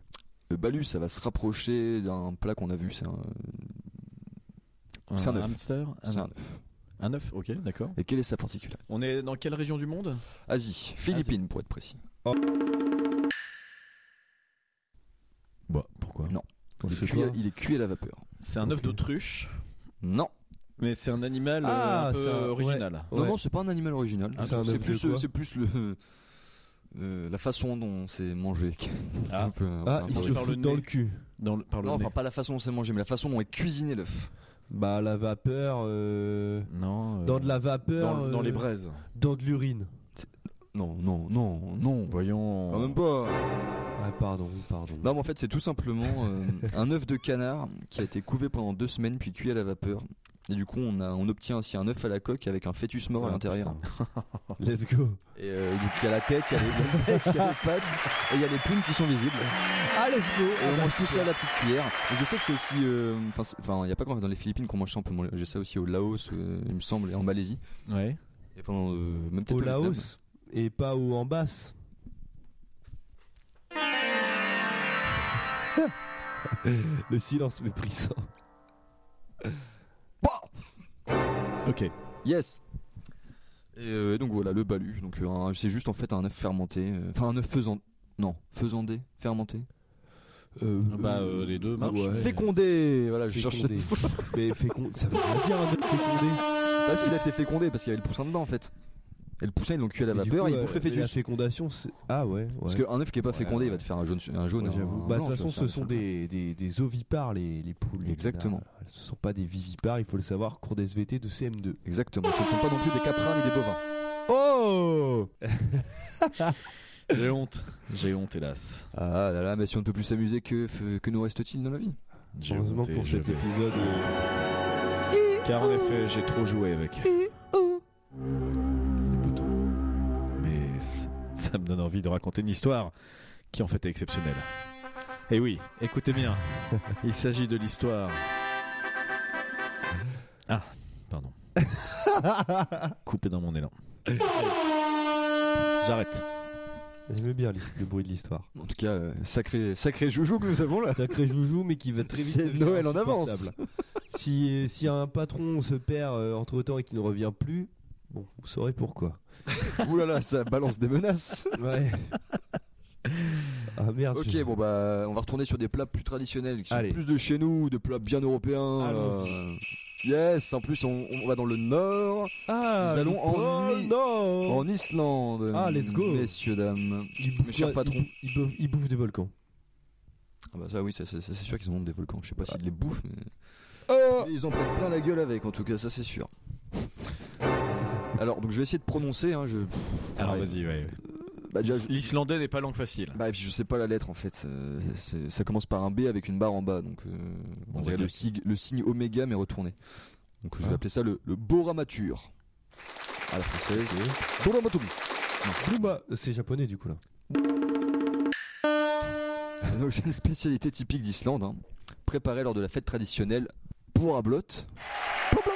Le balu, ça va se rapprocher d'un plat qu'on a vu. C'est un, c'est un œuf. hamster. c'est un Un, œuf. un œuf, ok, d'accord. Et quelle est sa particularité On est dans quelle région du monde Asie, Philippines pour être précis. Bah, pourquoi Non. Il Je est, sais cuit à, pas. il est cuit à la vapeur. C'est un œuf Ok. d'autruche, Non. mais c'est un animal euh, Ah, un peu ça, original. Non, Ouais. non, c'est pas un animal original. Ah, c'est un c'est œuf de plus, euh, quoi c'est plus le, euh, la façon dont c'est mangé. Ah. Un peu- Ah, un il peu- se par le fout dans nez. le cul. Dans le, par le Non, nez. enfin pas la façon dont c'est mangé, mais la façon dont est cuisiné l'œuf. Bah, la vapeur. euh, Non. euh, Dans de la vapeur. dans, dans les euh, braises. Dans de l'urine. Non, non, non, non. Voyons. Ah, même pas. Ah, pardon, pardon. Non, mais en fait, c'est tout simplement euh, un œuf de canard qui a été couvé pendant deux semaines puis cuit à la vapeur. Et du coup, on, a, on obtient aussi un œuf à la coque avec un fœtus mort à Ah, l'intérieur. Let's go. Et euh, donc, il y a la tête, il y a les bêtes, il y a les pattes et il y a les plumes qui sont visibles. Ah, let's go. Et on mange tout ça à la petite cuillère. Et je sais que c'est aussi. euh, Enfin, c'est- enfin, il n'y a pas qu'en dans les Philippines qu'on mange ça. on peut manger- J'ai ça aussi au Laos, euh, il me semble, et en Malaisie. Ouais. Et pendant, euh, même peut-être Au au Vietnam. Laos et pas au en basse. Le silence méprisant. Bah Ok. Yes Et euh, donc voilà, le balu. Donc euh, un- c'est juste en fait un œuf fermenté. euh, Enfin, un œuf faisant. Non, faisandé, fermenté. Euh, Bah, euh, euh, les deux marchent. ouais. Fécondé Voilà, je cherche. fécondé. Mais fécondé, ça veut rien dire un œuf fécondé. Bah, si, il a été fécondé parce qu'il y avait le poussin dedans en fait. Et le poussin, ils l'ont cuit à la Mais du vapeur, coup, il euh, bouffe le mais La fœtus. fécondation, c'est. Ah ouais, ouais. Parce oh, qu'un œuf qui est pas Ouais, fécondé, il va ouais. te faire un jaune. Un jaune Ouais, un- j'avoue. un Bah, de blanc, toute tu façon, vois, c'est ce un sont jaune. des, des, des ovipares, les, les poules. les Exactement. canards. Elles ne sont pas des vivipares, il faut le savoir, cours des SVT de CM2. Exactement, ce ne sont pas non plus des caprins ni des bovins. Oh J'ai honte. J'ai honte, hélas. Ah là là, mais si on ne peut plus s'amuser, que, f- que nous reste-t-il dans la vie J'ai Heureusement honte et pour je cet vais- épisode. euh, Car en effet, j'ai trop joué avec. Oh Les boutons. Mais c- ça me donne envie de raconter une histoire qui en fait est exceptionnelle. Et oui, écoutez bien. Il s'agit de l'histoire. Ah, pardon. Coupé dans mon élan. Allez. J'arrête. J'aimais bien l'his- le bruit de l'histoire. En tout cas, euh, sacré, sacré joujou que nous avons là. Sacré joujou, mais qui va très vite. C'est devenir Noël en insupportable. avance. si, si un patron se perd entre temps et qu'il ne revient plus, bon, vous saurez pourquoi. Ouh là là, ça balance des menaces. Ouais. ah merde. Ok, j'ai- bon bah, on va retourner sur des plats plus traditionnels qui sont Allez. plus de chez nous, des plats bien européens. Allons-y. euh, Yes, en plus on, on va dans le nord, Ah, nous allons en- oh, non en Islande. Ah, let's go. Messieurs, dames. Ils bouffent Mes chers quoi Ils patrons. bou- Ils, bouffent, ils bouffent des volcans. Ah bah ça oui, ça, ça- ça, c'est sûr qu'ils en ont des volcans. Je sais pas s'ils les bouffent, mais... Oh. Mais ils en prennent plein la gueule avec, en tout cas, ça c'est sûr. Alors, donc je vais essayer de prononcer. Hein, je... Alors Ouais. vas-y, ouais. Bah, déjà, je... L'islandais n'est pas langue facile. Bah, et puis je sais pas la lettre en fait. Euh, c'est- c'est- ça commence par un B avec une barre en bas, donc euh, Bon, on dirait d'accord. le, sig- le signe oméga mais retourné. Donc je vais Ah. appeler ça le, le boramature. À la française. Boramatum. Bah, c'est japonais du coup là. Donc c'est une spécialité typique d'Islande, hein, préparée lors de la fête traditionnelle Porablot. Porablot.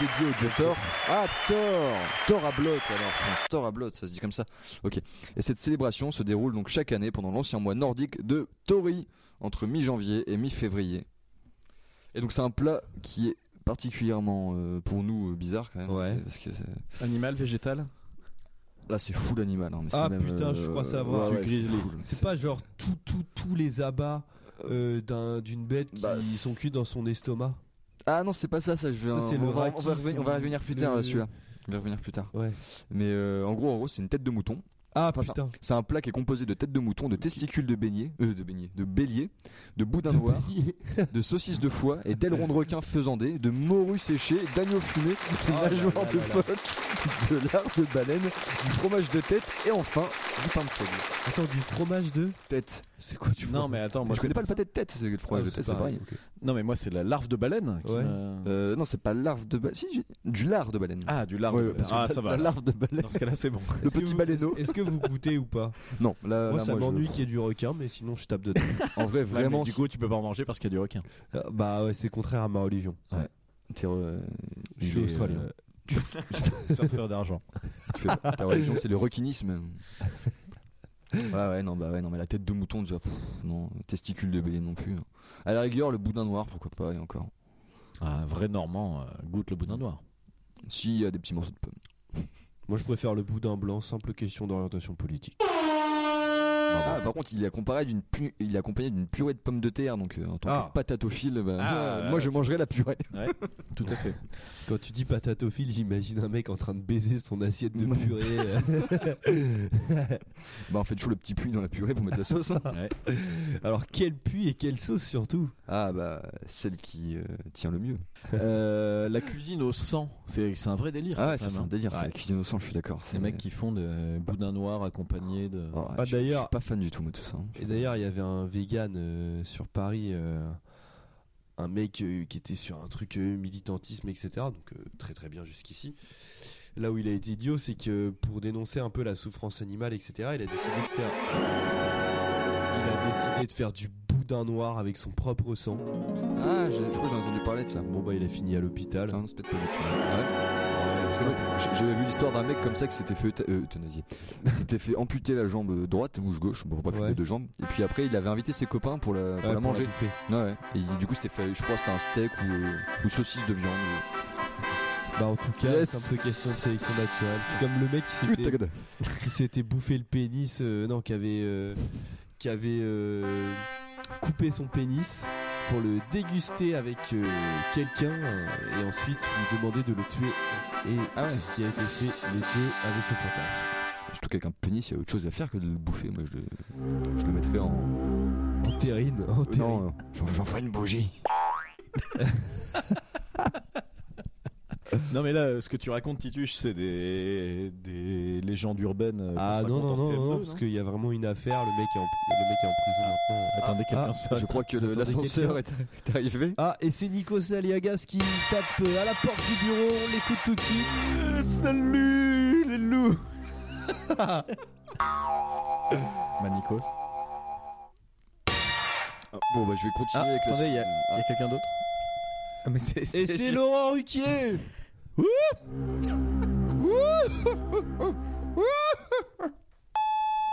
Dédiée au dieu Thor. Ah Thor Thorablot alors je pense Thorablot, ça se dit comme ça. Ok. Et cette célébration se déroule donc chaque année pendant l'ancien mois nordique de Tori, entre mi-janvier et mi-février. Et donc c'est un plat qui est particulièrement euh, pour nous euh, bizarre quand même. Ouais. C'est- Parce que c'est- Animal, végétal là c'est fou l'animal. Hein, mais Ah, c'est même, putain, je crois savoir. ouais, Du ouais, grizzly. c'est full. C'est pas genre tous tout, tous les abats euh, d'un- d'une bête qui Bah, sont cuits dans son estomac. Ah non, c'est pas ça, ça je vais. Ça, c'est on, le va, raki, on va revenir, on va revenir plus le- tard euh, celui-là. On va revenir plus tard. Ouais. Mais euh, en gros, en gros, c'est une tête de mouton. Ah Enfin, ça- putain. C'est un plat qui est composé de tête de mouton, de testicules de beignet, euh, de beignet, de bélier, de boudin noir, de saucisses de foie et d'ailerons de requin faisandé, de morue séchée, d'agneau fumé, de Oh là nageoires là de là là. phoque, de lard de baleine, du fromage de tête et enfin du pain de seigle. Attends, du fromage de. Tête. C'est quoi du Non, mais attends, moi. tu connais c'est pas le ça. pâté de tête, c'est le Ah, fromage de tête, c'est pareil. ok. Non, mais moi, c'est la larve de baleine. qui Ouais. m'a- Euh, non, c'est pas larve de baleine. Si, j'ai- du lard de baleine. Ah, du larve Ouais, de ouais, baleine. parce que Ah, la- ça va. La alors. larve de baleine. Dans ce cas-là, c'est bon. Le Est-ce que petit vous- baleineau. Est-ce que vous goûtez ou pas Non, là, Moi, là, ça je- m'ennuie qu'il y ait du requin, mais sinon je tape dedans. En vrai, Ouais, vraiment, mais du coup, tu peux pas en manger parce qu'il y a du requin. Euh, bah ouais, c'est contraire à ma religion. t'es re- Je Il suis est, australien. euh, Surfeur d'argent. tu fais- ta religion, c'est le requinisme. Ouais, ouais, non, bah ouais, non, mais la tête de mouton, déjà, pff, non, testicule de bélier non plus. hein. À la rigueur, le boudin noir, pourquoi pas, et encore. Un vrai Normand euh, goûte le boudin noir. Si, il y a des petits morceaux de pommes. Moi, je préfère le boudin blanc, simple question d'orientation politique. Ah, par contre, il est accompagné d'une pu- il est accompagné d'une purée de pommes de terre, donc euh, en tant Ah. que patatophile, bah, Ah, moi je mangerai la purée. Tout à fait. Quand tu dis patatophile, j'imagine un mec en train de baiser son assiette de purée. euh, bah, on fait toujours le petit puits dans la purée pour mettre la sauce. hein. Ouais. Alors quel puits et quelle sauce surtout Ah bah celle qui euh, tient le mieux. Euh, la cuisine au sang, c'est c'est un vrai délire. Ah ouais, quand ça, même, c'est hein. un délire, c'est Ouais. la cuisine au sang, je suis d'accord. Ces C'est mecs qui font de boudin noir accompagné de. Oh, Ah, je, je d'ailleurs- suis pas fan du tout moi de ça. hein. Et d'ailleurs, il y avait un vegan euh, sur Paris, euh, un mec euh, qui était sur un truc euh, militantisme, etc. Donc euh, très très bien jusqu'ici. Là où il a été idiot, c'est que pour dénoncer un peu la souffrance animale, etc., il a décidé de faire. Il a décidé de faire du boudin noir avec son propre sang. Ah, j'ai- je crois que j'ai entendu parler de ça. Bon bah il a fini à l'hôpital. Euh, Ah non, c'est peut-être pas lui, tu vois. Ah ouais Parce que moi, j- J'avais vu l'histoire d'un mec comme ça qui s'était fait euth- euh, euthanasier. Il s'était fait amputer la jambe euh, droite ou gauche, bon, bref, Ouais. les deux jambes. Et puis après, il avait invité ses copains pour la, pour Ouais, la manger. bouffer. Ouais, ouais. Et il- du coup, c'était fait, je crois, que c'était un steak ou, euh, ou saucisse de viande. euh, Bah en tout cas, Yes. c'est un peu question de sélection naturelle. C'est comme le mec qui Putain, s'était regarde. qui s'était bouffé le pénis, euh, non, qui avait, euh, qui avait euh, coupé son pénis pour le déguster avec euh, quelqu'un euh, et ensuite lui demander de le tuer. Et Ah ouais. ce qui a été fait, les deux avaient ce fantasme. Surtout qu'avec un pénis, il y a autre chose à faire que de le bouffer. Moi, je le, je le mettrais en. En terrine, en Euh, non, non. j'en j'en ferais une bougie. Non mais là, ce que tu racontes, Tituche, c'est des des légendes urbaines. euh, qu'on Ah se non, non, raconte en non, CM2, non, parce qu'il y a vraiment une affaire, le mec est en, le mec est en prison maintenant. Attendez, Ah, quelqu'un ah, se- Je crois que le- j'entendais l'ascenseur est, est arrivé. Ah, et c'est Nikos Aliagas qui tape euh, à la porte du bureau, on l'écoute tout de suite. Salut les loups Manikos. Ah, Bon, bah, je vais continuer Ah, avec la attendez, suite. il y a- Il y a quelqu'un d'autre Et Ah, c'est Laurent Ruquier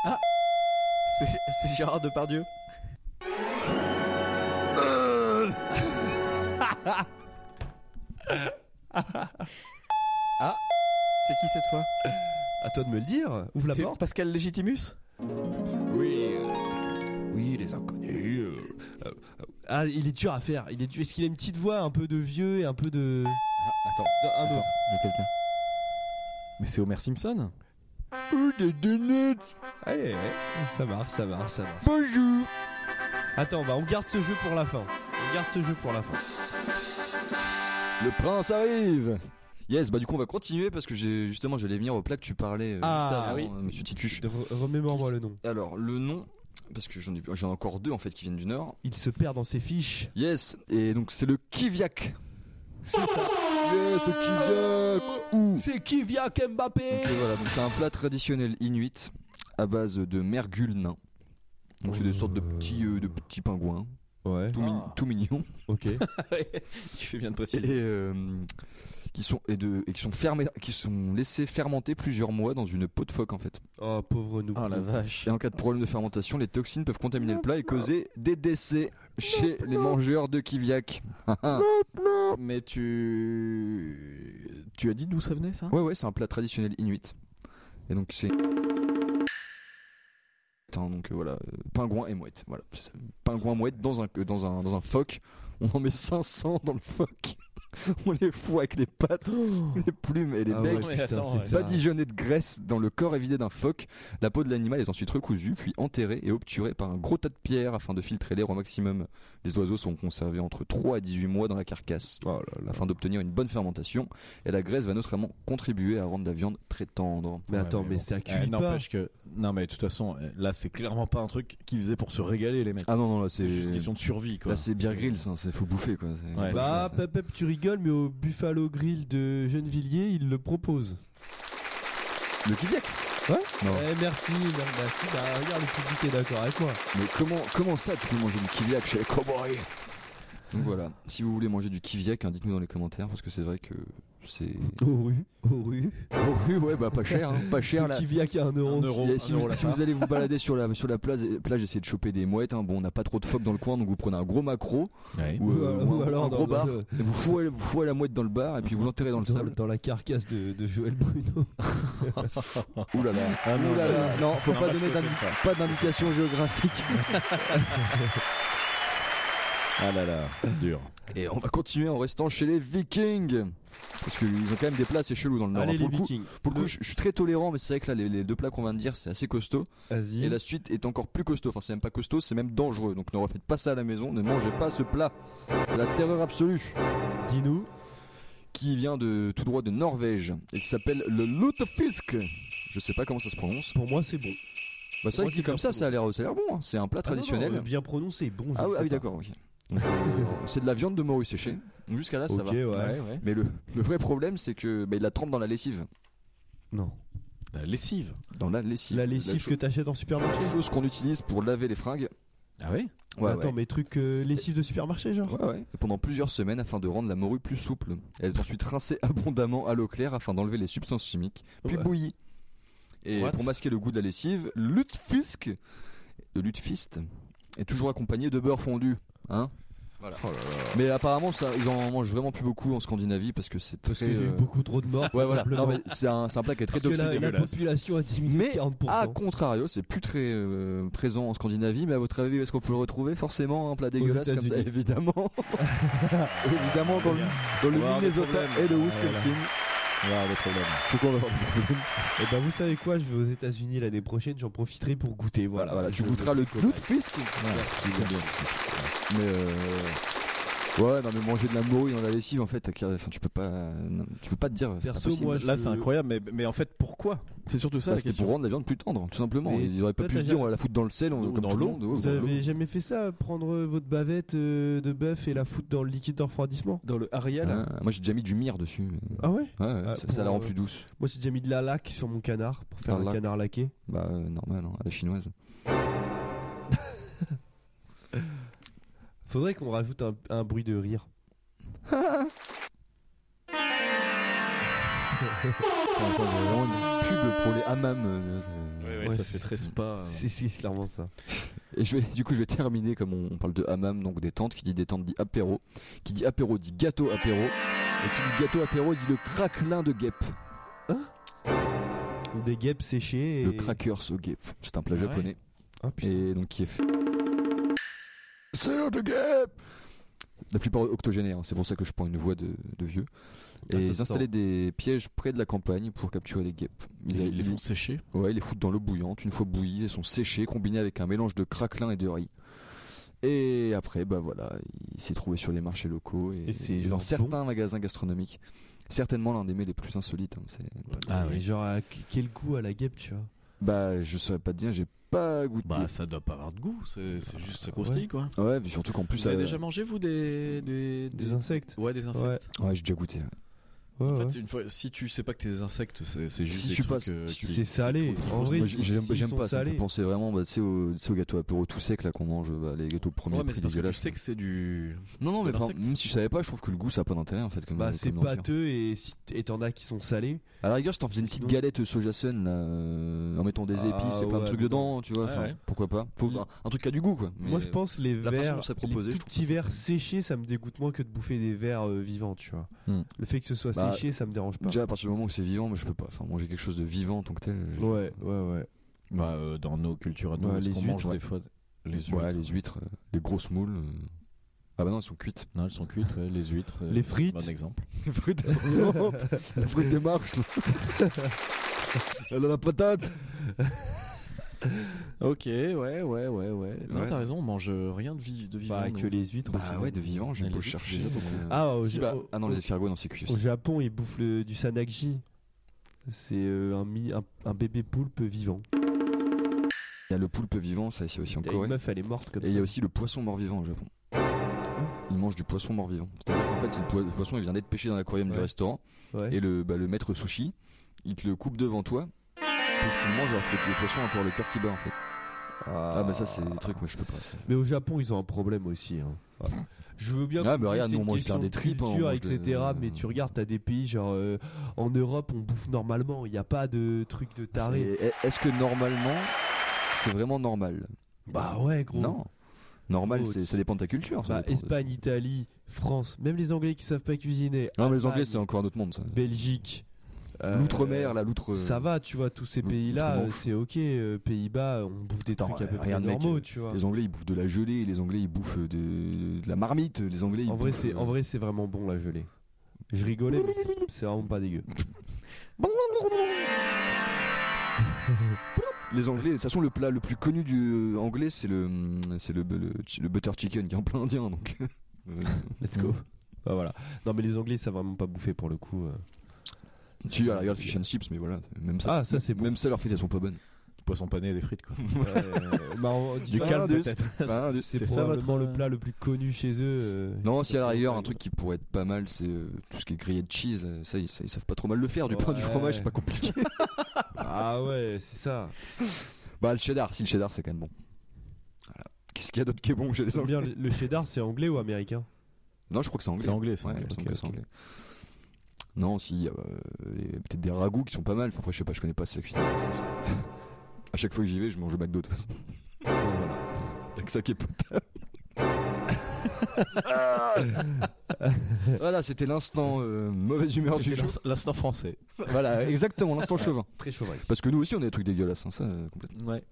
Ah, C'est Gérard Depardieu. Euh. ah, c'est qui cette fois À toi de me le dire. Ouvre la C'est porte. Pascal Legitimus Oui. Oui, les inconnus. euh, Ah, il est dur à faire. Il est dur. Est-ce qu'il a une petite voix, un peu de vieux et un peu de. Attends, Un attends, autre. il y a quelqu'un. Mais c'est Homer Simpson Allez, ouais. Ça marche, ça marche, ça marche. Bonjour. Attends, bah on garde ce jeu pour la fin. On garde ce jeu pour la fin. Le prince arrive Yes, bah du coup on va continuer parce que j'ai justement j'allais venir au plat que tu parlais, euh, Ah, juste avant, oui. euh, monsieur Tituche. De- re- Remémore-moi le nom. Alors le nom, parce que j'en ai, j'en ai encore deux en fait qui viennent du Nord. Il se perd dans ses fiches. Yes, et donc c'est le Kiviak. Yes, le Kiviak Ouh. C'est Kiviak Mbappé Donc euh, voilà, donc c'est un plat traditionnel inuit à base de mergule nain. Donc c'est des sortes de petits, euh, de petits pingouins, Ouais, tout, mignon Ah. tout mignons. ok. Tu fais bien de et, préciser. euh, qui sont et de et qui sont fermés qui sont laissés fermenter plusieurs mois dans une peau de phoque en fait. Oh, pauvre nous. Oh la vache. Et en cas de problème de fermentation, les toxines peuvent contaminer le plat et causer des décès chez les mangeurs de kiviak. ouais Mais tu. Tu as dit d'où ça venait ça ouais, c'est un plat traditionnel inuit. Et donc c'est Attends, donc euh, voilà, euh, pingouin et mouette. Voilà, c'est ça. pingouin mouette dans un euh, dans un dans un phoque. On en met 500 dans le phoque. On les fout avec les pattes, les plumes et les Ah becs. ouais, Mais putain, attends, c'est ouais. ça. Badigeonné de graisse dans le corps évidé d'un phoque, la peau de l'animal est ensuite recousue, puis enterrée et obturée par un gros tas de pierres afin de filtrer l'air au maximum. Les oiseaux sont conservés entre 3 à 18 mois dans la carcasse. Oh là là. Afin d'obtenir une bonne fermentation, et la graisse va notamment contribuer à rendre la viande très tendre. Mais attends, Ouais, mais, bon. ça Eh, cuit pas. N'empêche que. Non, mais de toute façon, euh, là, c'est clairement pas un truc qu'ils faisaient pour se régaler, les mecs. Ah non, non, là c'est. C'est juste une question de survie, quoi. Là c'est Beer Grylls, hein, c'est- faut bouffer quoi. c'est- Ouais. Bah, Pep, Pep, tu rigoles, mais au Buffalo Grill de Gennevilliers, il le propose. Le kibiak Ouais. Non. Eh, merci, merci. Bah, regarde, le public est d'accord avec moi. Mais comment, comment ça tu peux manger du kiviak chez les cowboys Donc voilà, si vous voulez manger du kiviak, hein, dites-nous dans les commentaires parce que c'est vrai que C'est. Aux rues, aux rues. Oh oui, ouais, bah pas cher, hein, pas cher là. Qui vit à qui a un euro. eh, Un euro, Et si un vous, euro la si part. vous allez vous balader sur la, sur la plage, plage, essayez de choper des mouettes. hein. Bon, on n'a pas trop de phoques dans le coin, donc vous prenez un gros macro ou, euh, Ou ou un, alors un gros dans- bar, dans- et vous fourrez, vous fourrez la mouette dans le bar et puis vous l'enterrez dans le Dans, sable. dans la carcasse de, de Joël Bruno. Ouh là là. Ah non, Ouh là là. Non, faut Non, pas là, je donner procède d'indi- pas d'indication géographique. Ah là là, dur. Et on va continuer en restant chez les Vikings. Parce qu'ils ont quand même des plats assez chelous dans le Nord. hein. Allez, pour, les le coup, Vikings. pour le coup, je je suis très tolérant, mais c'est vrai que là, les, les deux plats qu'on vient de dire, c'est assez costaud. Vas-y. Et la suite est encore plus costaud. Enfin, c'est même pas costaud, c'est même dangereux. Donc ne refaites pas ça à la maison, ne mangez pas ce plat. C'est la terreur absolue. Dis-nous. Qui vient de tout droit de Norvège et qui s'appelle le lutefisk. Je sais pas comment ça se prononce. Pour moi, c'est bon. Bah, ça, Moi, dit c'est comme bien ça, ça a l'air ça a l'air bon. hein. C'est un plat Ah non, traditionnel. non, bien prononcé, bon. je Ah, oui, sais ah oui, pas. d'accord, ok. Donc, euh, c'est de la viande de morue séchée. Donc, Jusqu'à là, ça Ok, va. ouais. Mais le, le vrai problème, c'est que bah, il la trempe dans la lessive. Non. La lessive. Dans la lessive. La lessive que cho- t'achètes en supermarché. chose qu'on utilise pour laver les fringues. Bah, Ah oui Ouais, Attends, ouais. mais trucs euh, lessive de supermarché, genre Ouais, ouais. Et Pendant plusieurs semaines afin de rendre la morue plus souple. Elle est ensuite rincée abondamment à l'eau claire afin d'enlever les substances chimiques, puis Ouais. bouillie. Et What pour masquer le goût de la lessive, lutefisk, le lutefist, est toujours accompagné de beurre fondu. Hein voilà. Oh Mais apparemment, ça, ils en mangent vraiment plus beaucoup en Scandinavie parce que c'est très. Parce qu'il y a eu euh, beaucoup trop de morts. Ouais, voilà. Non, probablement. mais c'est un, c'est un plat qui est très Parce que toxique. la, la dégueulasse. population a diminué Mais ah, de 40%. A contrario, c'est plus très euh, présent en Scandinavie, mais à votre avis, où est-ce qu'on peut le retrouver Forcément, un plat dégueulasse comme ça, États-Unis. évidemment. évidemment, dans le, dans le On va avoir des Minnesota problèmes. et le Ah, Wisconsin. Là, le problème. Pourquoi on va avoir des problèmes Et bah, vous savez quoi Je vais aux États-Unis l'année prochaine, j'en profiterai pour goûter. Voilà, Voilà, voilà, tu Je- goûteras je- le je- lutefisk. Mais euh, ouais, non, mais manger de la morue dans la lessive, en fait, enfin, tu peux pas, non, tu peux pas te dire. c'est Perso, pas possible. moi, Là, je- c'est incroyable, mais, mais en fait, pourquoi C'est surtout ça Bah, la c'était question. pour rendre la viande plus tendre, tout simplement. Mais Ils auraient pas toi, pu t'as se dire, jamais- on va la foutre dans le sel, on, Ou comme dans tout le l'eau. monde. Ouais, Vous dans l'eau. avez jamais fait ça Prendre euh, votre bavette euh, de bœuf et la foutre dans le liquide de refroidissement Dans le Ariel Ah, moi j'ai déjà mis du mire dessus. mais- Ah ouais Ouais, ouais, Ah, ça, ça la pour, rend euh, plus douce. Moi, j'ai déjà mis de la laque sur mon canard pour faire Ah, un laque. canard laqué. Bah, euh, normal, hein, à la chinoise. Faudrait qu'on rajoute un, un bruit de rire. Enfin, ça, c'est vraiment une pub pour les hammams. euh, ça- Ouais, ça c'est- fait très Ah. spa. Si, si, c'est clairement ça. Et je vais, du coup, je vais terminer comme on, on parle de hammam, donc des tentes. Qui dit des tentes dit apéro. Qui dit apéro dit gâteau apéro. Et qui dit gâteau apéro dit le craquelin de guêpe. Des guêpes séchées. Et... Le crackers au guêpe. C'est un plat Ah ouais. japonais. Ah, putain. Et donc qui est fait. C'est de guêpe La plupart octogénaires, hein, c'est pour ça que je prends une voix de, de vieux. Et Attends, ils installaient des pièges près de la campagne pour capturer les guêpes. Ils, avaient- Ils les font sécher. Ouais, ils les foutent dans l'eau bouillante. Une fois bouillis, ils sont séchés, combinés avec un mélange de craquelin et de riz. Et après, bah voilà, il s'est trouvé sur les marchés locaux et, Et c'est et dans genre certains magasins gastronomiques. Certainement l'un des mets les plus insolites. hein, c'est- Ah Et oui. Genre, à- quel goût à la guêpe, tu vois Bah, je saurais pas te dire, j'ai pas goûté. Bah, ça doit pas avoir de goût. C'est c'est juste, ça croustille, ouais. quoi. ouais, puis surtout qu'en plus, Vous avez euh, déjà mangé, vous, des. Des, Des insectes. Ouais, des insectes. ouais, j'ai déjà goûté. ouais. Ouais, En ouais. fait, c'est une fois, si tu sais pas que t'es des insectes, c'est c'est juste Si des tu trucs, passes- euh, si qui- C'est salé. En vrai, Moi, si- j'aime s'ils j'aime sont pas ça. Ça me salés. fait penser vraiment bah, tu sais, au, tu sais, au gâteau apéro tout sec là qu'on mange, bah, les gâteaux premiers Ouais, mais prix c'est parce que tu dégueulasses. sais que c'est du. Non, non, mais de enfin, l'insecte. même si je savais pas, je trouve que le goût ça a pas d'intérêt en fait. Comme, Bah, comme c'est nourriture. pâteux et si t- et t'en as qui sont salés. À la rigueur, si t'en faisais une petite Sinon- galette soja sun là, euh, en mettant des Ah, épices et plein de ouais, trucs mais dedans, tu vois, Ouais, enfin, ouais. pourquoi pas Faut un, un truc qui a du goût quoi. Mais Moi, je pense les la façon verres, dont c'est proposé, les je tout trouve petits ça verres séchés, ça me dégoûte moins que de bouffer des verres euh, vivants, tu vois. Hmm. Le fait que ce soit Bah, séché, ça me dérange pas. Déjà, à partir du moment où c'est vivant, moi je peux pas. Enfin, manger quelque chose de vivant en tant que tel. je- Ouais, ouais, ouais. Bah, euh, dans nos cultures à nous, Ouais, est-ce les qu'on huîtres, mange ouais. des fois les huîtres Ouais, les huîtres, euh, les grosses moules. euh. Ah bah non, elles sont cuites. Non, elles sont cuites, ouais, les huîtres. euh, Les c'est frites. un Bon exemple. Les frites, elles sont vivantes. La frite démarche. Elle a la patate. Ok, ouais, ouais, ouais, ouais. Non, Ouais. t'as raison, on mange euh, rien de, vi- de vivant. Bah, nous. que les huîtres. au Bah final. ouais, de vivant, j'ai Mais beau les huîtres, chercher. c'est déjà mais, beaucoup. euh, Ah, au, si, bah, au- ah non, au- les escargots, non, c'est cuit. au aussi. Japon, ils bouffent le- du sanakji. C'est euh, un, mi- un, un bébé poulpe vivant. Il y a le poulpe vivant, ça c'est aussi en Il y a Une Corée. meuf, elle est morte comme Et ça. il y a aussi le poisson mort-vivant au Japon. Ah. Ils mangent du poisson mort-vivant. C'est-à-dire qu'en fait, c'est le, po- le poisson, il vient d'être pêché dans l'aquarium du Ouais. restaurant. Ouais. Et le, bah, le maître sushi, il te le coupe devant toi pour que tu le manges alors que le poisson a encore le cœur qui bat en fait. Ah, bah ça, c'est des trucs, moi je peux pas. ça. Mais au Japon, ils ont un problème aussi. hein. Ouais. Je veux bien qu'on Ah, bah dise regarde, c'est nous, on une mange question bien des de tripes, hein, on culture, mange de- etc. Mais tu regardes, t'as des pays genre euh, en Europe, on bouffe normalement. Il n'y a pas de truc de Ah, taré. C'est- est- Est-ce que normalement, c'est vraiment normal Bah ouais, gros. Non. Normal, Gros, c'est- ça dépend de ta culture. ça Bah, dépend de- Espagne, Italie, France, même les Anglais qui savent pas cuisiner. Non, mais les Allemagne, Anglais, c'est encore un autre monde. ça. Belgique. euh, L'outre-mer, la l'outre. Ça va, tu vois, tous ces l'ou- pays-là, euh, l'outre-manche. c'est ok. euh, Pays-Bas, on bouffe des Attends, trucs à peu euh, près regarde, mec, normaux, euh, tu vois. Les Anglais, ils bouffent de la gelée, les Anglais, ils bouffent de, de la marmite, les Anglais, ils En vrai, bouffent, c'est euh, en vrai, c'est vraiment bon la gelée. Je rigolais, mais c'est- c'est vraiment pas dégueu. Les Anglais, de toute façon, le plat le plus connu du euh, anglais, c'est le, hum, c'est le, le, le butter chicken qui est en plein indien. Donc. Euh, Let's go. Bah voilà. Non, mais les Anglais, ça vraiment pas bouffé pour le coup. euh. si, à la rigueur, le fish and chips, mais voilà. Même ça, Ah, ça, c'est bon. Même ça, leurs frites, elles sont pas bonnes. Du poisson pané et des frites, quoi. Bah, on- Du Bah, calme, de- peut-être. bah, de- C'est C'est ça, probablement votre- le plat le plus connu chez eux. euh. Non, si à la rigueur, un truc qui pourrait être pas mal, c'est euh, tout ce qui est grillé de cheese. euh, Ça, ils, ça, ils savent pas trop mal le faire. Du pain, du Ouais. fromage, c'est pas compliqué. Ah ouais, c'est ça. bah, le cheddar, si le cheddar, c'est quand même bon. Voilà. Qu'est-ce qu'il y a d'autre qui est bon chez les J'aime Anglais bien, le, le cheddar, c'est anglais ou américain Non, je crois que c'est anglais. hein, C'est anglais, ça. Ouais, il me Ok, semble que c'est ok. anglais. Non, si, euh, les- peut-être des ragoûts qui sont pas mal. Enfin, après, je sais pas, je connais pas cette cuisine. À chaque fois que j'y vais, je mange au McDo. de toute façon. Bon, voilà. Y'a que ça qui est potable. Ah voilà, c'était l'instant euh, mauvaise humeur du C'était jour. l'inst- L'instant français. Voilà, exactement, l'instant chauvin. Très chauvin. Parce que nous aussi, on a des trucs dégueulasses, hein, ça, euh, complètement. Ouais.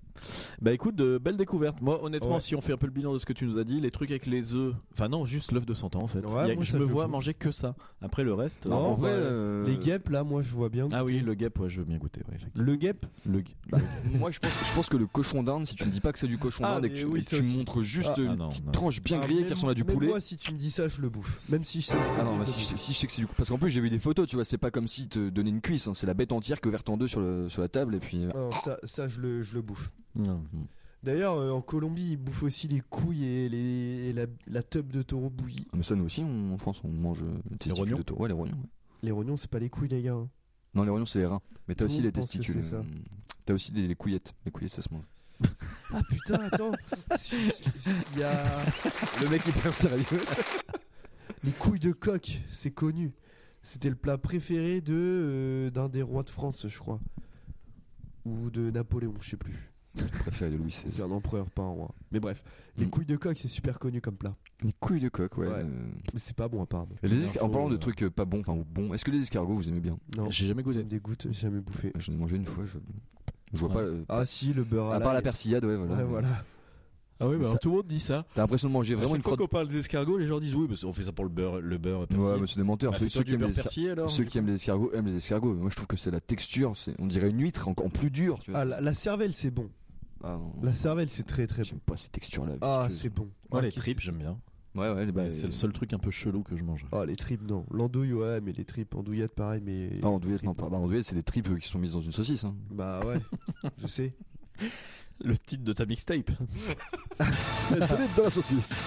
Bah écoute, de belles découvertes. Moi, honnêtement, Ouais. si on fait un peu le bilan de ce que tu nous as dit, les trucs avec les œufs. Enfin, non, juste l'œuf de 100 ans en fait. Ouais, Il y a- moi, je ça, me je vois trouve. manger que ça. Après le reste. Non, euh, en vrai, bah, euh, Les guêpes, là, moi, je vois bien. Ah oui, le guêpe, ouais, je veux bien goûter. ouais, effectivement. Le guêpe Le gu- moi je pense, je pense que le cochon d'Inde, si tu ne dis pas que c'est du cochon Ah, d'Inde et que mais tu, oui, et que ça tu aussi. montres juste Ah, une ah, non, petite non. tranche bien grillée Ah, qui ressemble à du même poulet. Moi, si tu me dis ça, je le bouffe. Même si je sais. Ah non, bah, si, je- si je sais que c'est du parce qu'en plus j'ai vu des photos, tu vois, c'est pas comme si te donner une cuisse, hein, c'est la bête entière que ouverte en deux sur, le- sur la table et puis. euh, Non, ça, ça, je le, je le bouffe. Non. D'ailleurs, euh, en Colombie, ils bouffent aussi les couilles et, les, et la, la teub de taureau bouillie. Ah, mais ça nous aussi, on- en France, on mange euh, les testicules rognons de taureau. Ouais, les rognons. ouais. Les rognons, c'est pas les couilles, les gars. hein. Non, les rognons c'est les reins. Mais t'as Tout aussi le les monde pense que testicules. c'est ça. euh, T'as aussi des, les couillettes. Les couillettes ça se mange. Ah putain, attends. Il y a Le mec hyper sérieux. les couilles de coq, c'est connu. C'était le plat préféré de euh, d'un des rois de France, je crois. Ou de Napoléon, je sais plus. Préféré de Louis C'est XVI. un empereur, pas un roi. Mais bref, les Mm. couilles de coq, c'est super connu comme plat. Les couilles de coq, ouais. Ouais. euh. Mais c'est pas bon apparemment. Et les escar- en Info, parlant de euh. trucs euh, pas bons, enfin ou bons, est-ce que les escargots vous aimez bien Non, Ah, J'ai jamais ça goûté. me dégoûte, j'ai jamais bouffé. J'en ai mangé une fois, je, je vois Ouais. pas. euh, Ah si, le beurre à part la persillade, ouais, voilà. hein. Ouais, voilà. Ah oui, bah, Ça- tout le monde dit ça. T'as l'impression de manger vraiment Vraiment une crotte. qu'on parle des escargots, les gens disent oui, bah, on fait ça pour le beurre, le beurre persil. Ouais, mais c'est des menteurs. Bah, Ceux, fais-toi ceux du qui aiment beurre les, escar- persil, alors. ceux qui aiment les escargots aiment les escargots. Moi, je trouve que c'est la texture. c'est- On dirait une huître encore plus dure. Tu vois. Ah, la, la cervelle, c'est bon. Ah, non. La cervelle, c'est très très bon. J'aime pas ces textures-là. Ah, visqueuses. c'est bon. Moi, Ah, Oh, les qu'est-ce tripes, j'aime bien. Ouais, ouais, les- Bah, les- c'est le seul truc un peu chelou que je mange. que- Ah, les tripes, non. L'andouille, ouais, mais les tripes, andouillette, pareil, mais. Ah, en duet, les non, tripes, pas. bah, en duet, c'est des tripes euh, qui sont mises dans une saucisse. hein. Bah ouais, je sais. Le titre de ta mixtape. tripes dans la saucisse.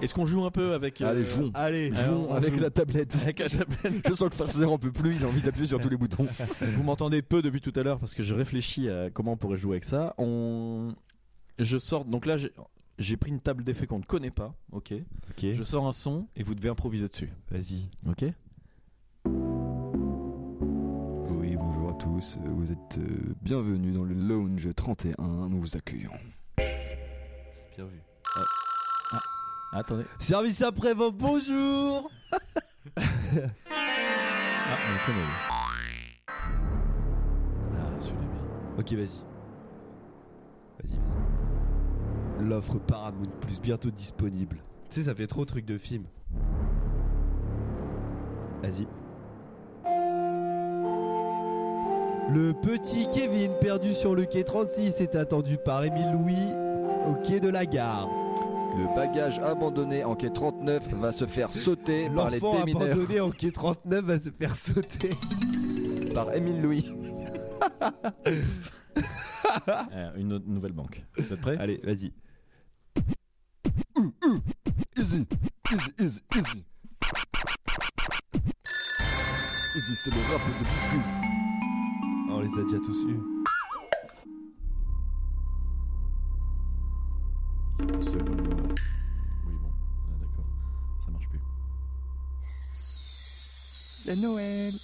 Est-ce qu'on joue un peu avec. Allez, jouons. Allez, Jouons on Ah, euh, avec joue. la tablette. Avec la tablette. Je sens que Farcer en peut plus, il a envie d'appuyer sur tous les boutons. Vous m'entendez peu depuis tout à l'heure parce que je réfléchis à comment on pourrait jouer avec ça. On... Je sors. Donc là, j'ai- j'ai pris une table d'effets qu'on ne connaît pas. Ok. Ok. Je sors un son et vous devez improviser dessus. Vas-y. Ok. Oui, bonjour à tous. euh, Vous êtes euh, bienvenus dans le Lounge 31. Nous vous accueillons. C'est bien vu. Attendez. Service après-vente, bonjour Ah, on le connaît. lui. Ah, celui-là. bien. Ok, vas-y. Vas-y, vas-y. L'offre Paramount Plus bientôt disponible. Tu sais, ça fait trop truc de film. Vas-y. Le petit Kevin perdu sur le quai 36 est attendu par Émile Louis au quai de la gare. Le bagage abandonné en quai 39 va se faire sauter par les L'enfant démineurs abandonné en quai 39 va se faire sauter. par Émile Louis. Ah, une autre- nouvelle banque. Vous êtes prêts Allez, vas-y. Easy, easy, easy, easy. Easy, c'est le rap de biscuit. Oh, les les a déjà tous eus. T'es seul dans le- Oui, bon, là, d'accord. Ça marche plus.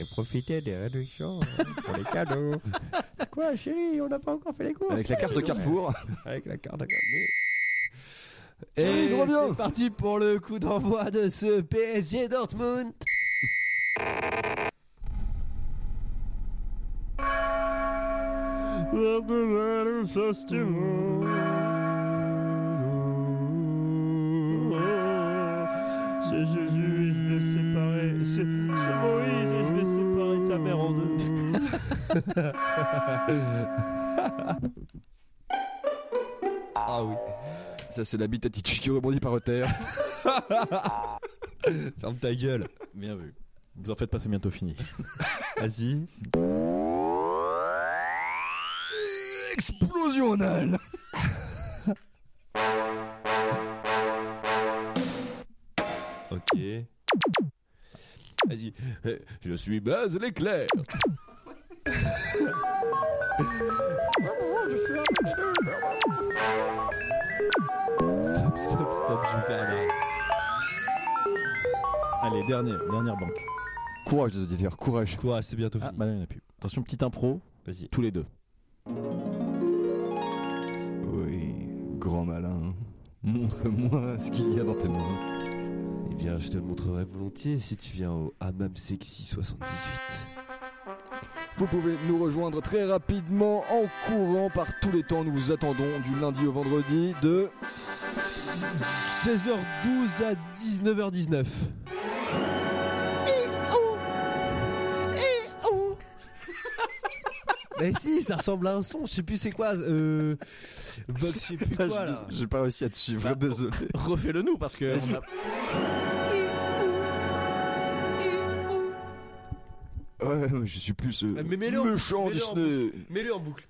Et profitez des réductions euh, pour les cadeaux. Quoi, chérie, on n'a pas encore fait les courses. Avec la carte Carrefour. Avec la carte. Et gros bien. Eh, c'est parti pour le coup d'envoi de ce PSG Dortmund. C'est Jésus et je vais séparer. C'est c'est Moïse et je vais séparer ta mère en deux. Ah oui. Ça, c'est la bite attitude qui rebondit par terre. Ferme ta gueule. Bien vu. Vous en faites pas, c'est bientôt fini. Vas-y. Explosion anale. Ok. Vas-y. Eh, Je suis Buzz l'éclair. Stop, stop, stop, je vais faire un arrêt. Allez, dernière, dernière banque. Courage, les auditeurs, courage. Courage, c'est bientôt Ah, fini. bah là, il y en a plus. Attention, petite impro, Vas-y. tous les deux. Oui, grand malin. Montre-moi ce qu'il y a dans tes mains. Eh bien, je te le montrerai volontiers si tu viens au Hammam Sexy 78. Vous pouvez nous rejoindre très rapidement en courant par tous les temps. Nous vous attendons du lundi au vendredi de 16h12 à 19h19. Mais si, ça ressemble à un son, je sais plus c'est quoi. Euh... Vox, je sais plus quoi là. J'ai pas réussi à te suivre, désolé. Refais-le nous parce que. on a- Ouais, ouais, je suis plus euh, Mais mets-le en- méchant mets-le Disney. Mets-le en boucle.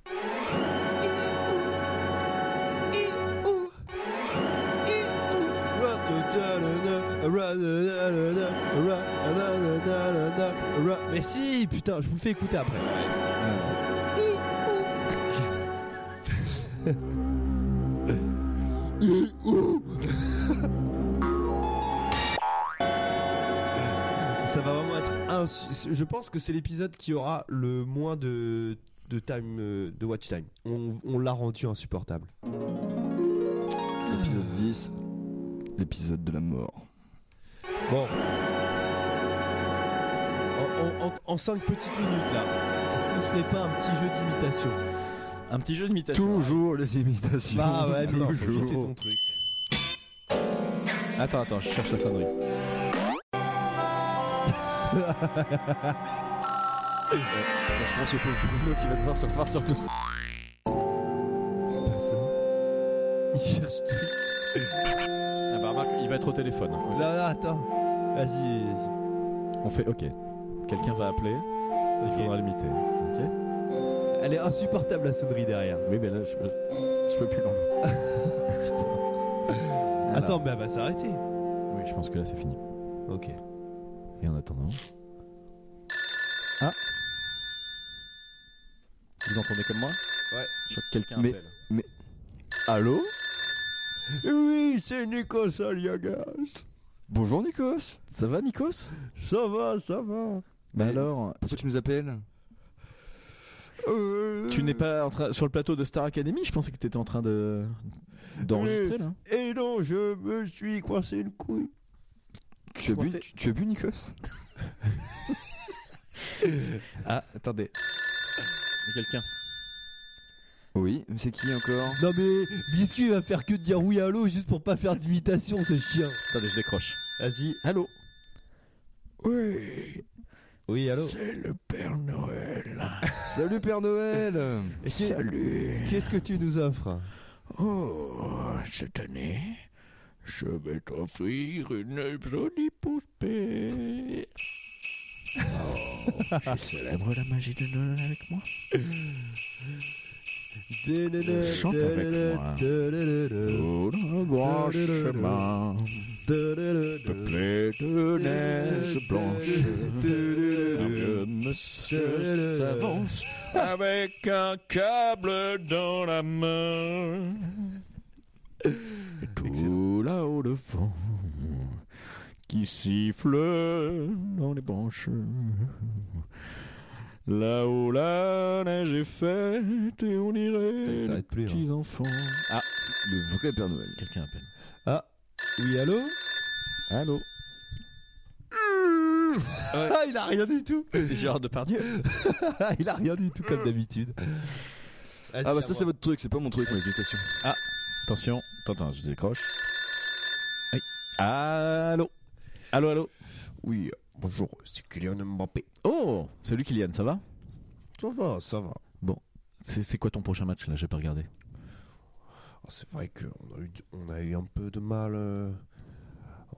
Mais si, putain, je vous le fais écouter après. Ça va vraiment être insu- Je pense que c'est l'épisode qui aura le moins de, de time euh, de watch time. On, on l'a rendu insupportable. Épisode 10, l'épisode de la mort. Bon. En, 5 petites minutes là, est-ce qu'on se fait pas un petit jeu d'imitation Un petit jeu d'imitation. Toujours les imitations. Bah ouais, putain, faut que je sais toujours. ton truc. Attends, attends, je cherche la sonnerie. Je pense au pauvre Bruno qui va devoir se refaire sur tout ça. Ah, Il cherche tout. Ah bah remarque, il va être au téléphone. Là, là, attends. Vas-y, vas-y. On fait OK. Quelqu'un va appeler, il faudra l'imiter. OK Elle est insupportable la sonnerie derrière. Oui, mais là, je peux, je peux plus l'enlever. Voilà. Attends, mais elle va s'arrêter. Oui, je pense que là, c'est fini. Ok. Et en attendant. Ah Vous entendez comme moi Ouais. Je crois que quelqu'un Mais- appelle. Allô Oui, c'est Nikos Aliagas. Bonjour Nikos. Ça va, Nikos Ça va, ça va. Bah Mais- alors, Pourquoi tu nous appelles Euh, tu n'es pas en train- sur le plateau de Star Academy Je pensais que tu étais en train de d'enregistrer là. Et non, je me suis coincé le couille. Tu as bu, pensais- tu, tu as bu Nikos Ah, attendez. Il y a quelqu'un. Oui, mais c'est qui encore Non mais Biscuit va faire que de dire oui à l'eau juste pour pas faire d'imitation ce chien. Attendez, je décroche. Vas-y. Allô Oui, allô. Salut Père Noël Et qu'est- Qu'est-ce que tu nous offres Oh, cette année, je vais t'offrir une jolie poupée. Oh, tu célèbres la magie de Noël avec moi Chante Oh. avec moi. Tout le grand chemin Peuplé de neige euh, blanche. Monsieur hein s'avance Euh, avec un câble dans la main. Tout là-haut devant qui siffle dans les branches. Là où la neige est faite et on Ça irait, les s'arrête plus. hein. petits enfants. Ah, le vrai Père Noël. Quelqu'un appelle. Ah, oui, allô Allô Ah, il a rien du tout C'est Gérard Depardieu. Il a rien du tout comme d'habitude. Ah bah ça c'est votre truc, c'est pas mon truc, mes imitations. Attention, attends, attends, je décroche. Aïe. Allô Allô, allô Oui, bonjour, c'est Kylian Mbappé. Oh Salut Kylian, ça va Ça va, ça va. C'est c'est quoi ton prochain match là J'ai pas regardé. Oh, C'est vrai qu'on a eu, on a eu un peu de mal euh,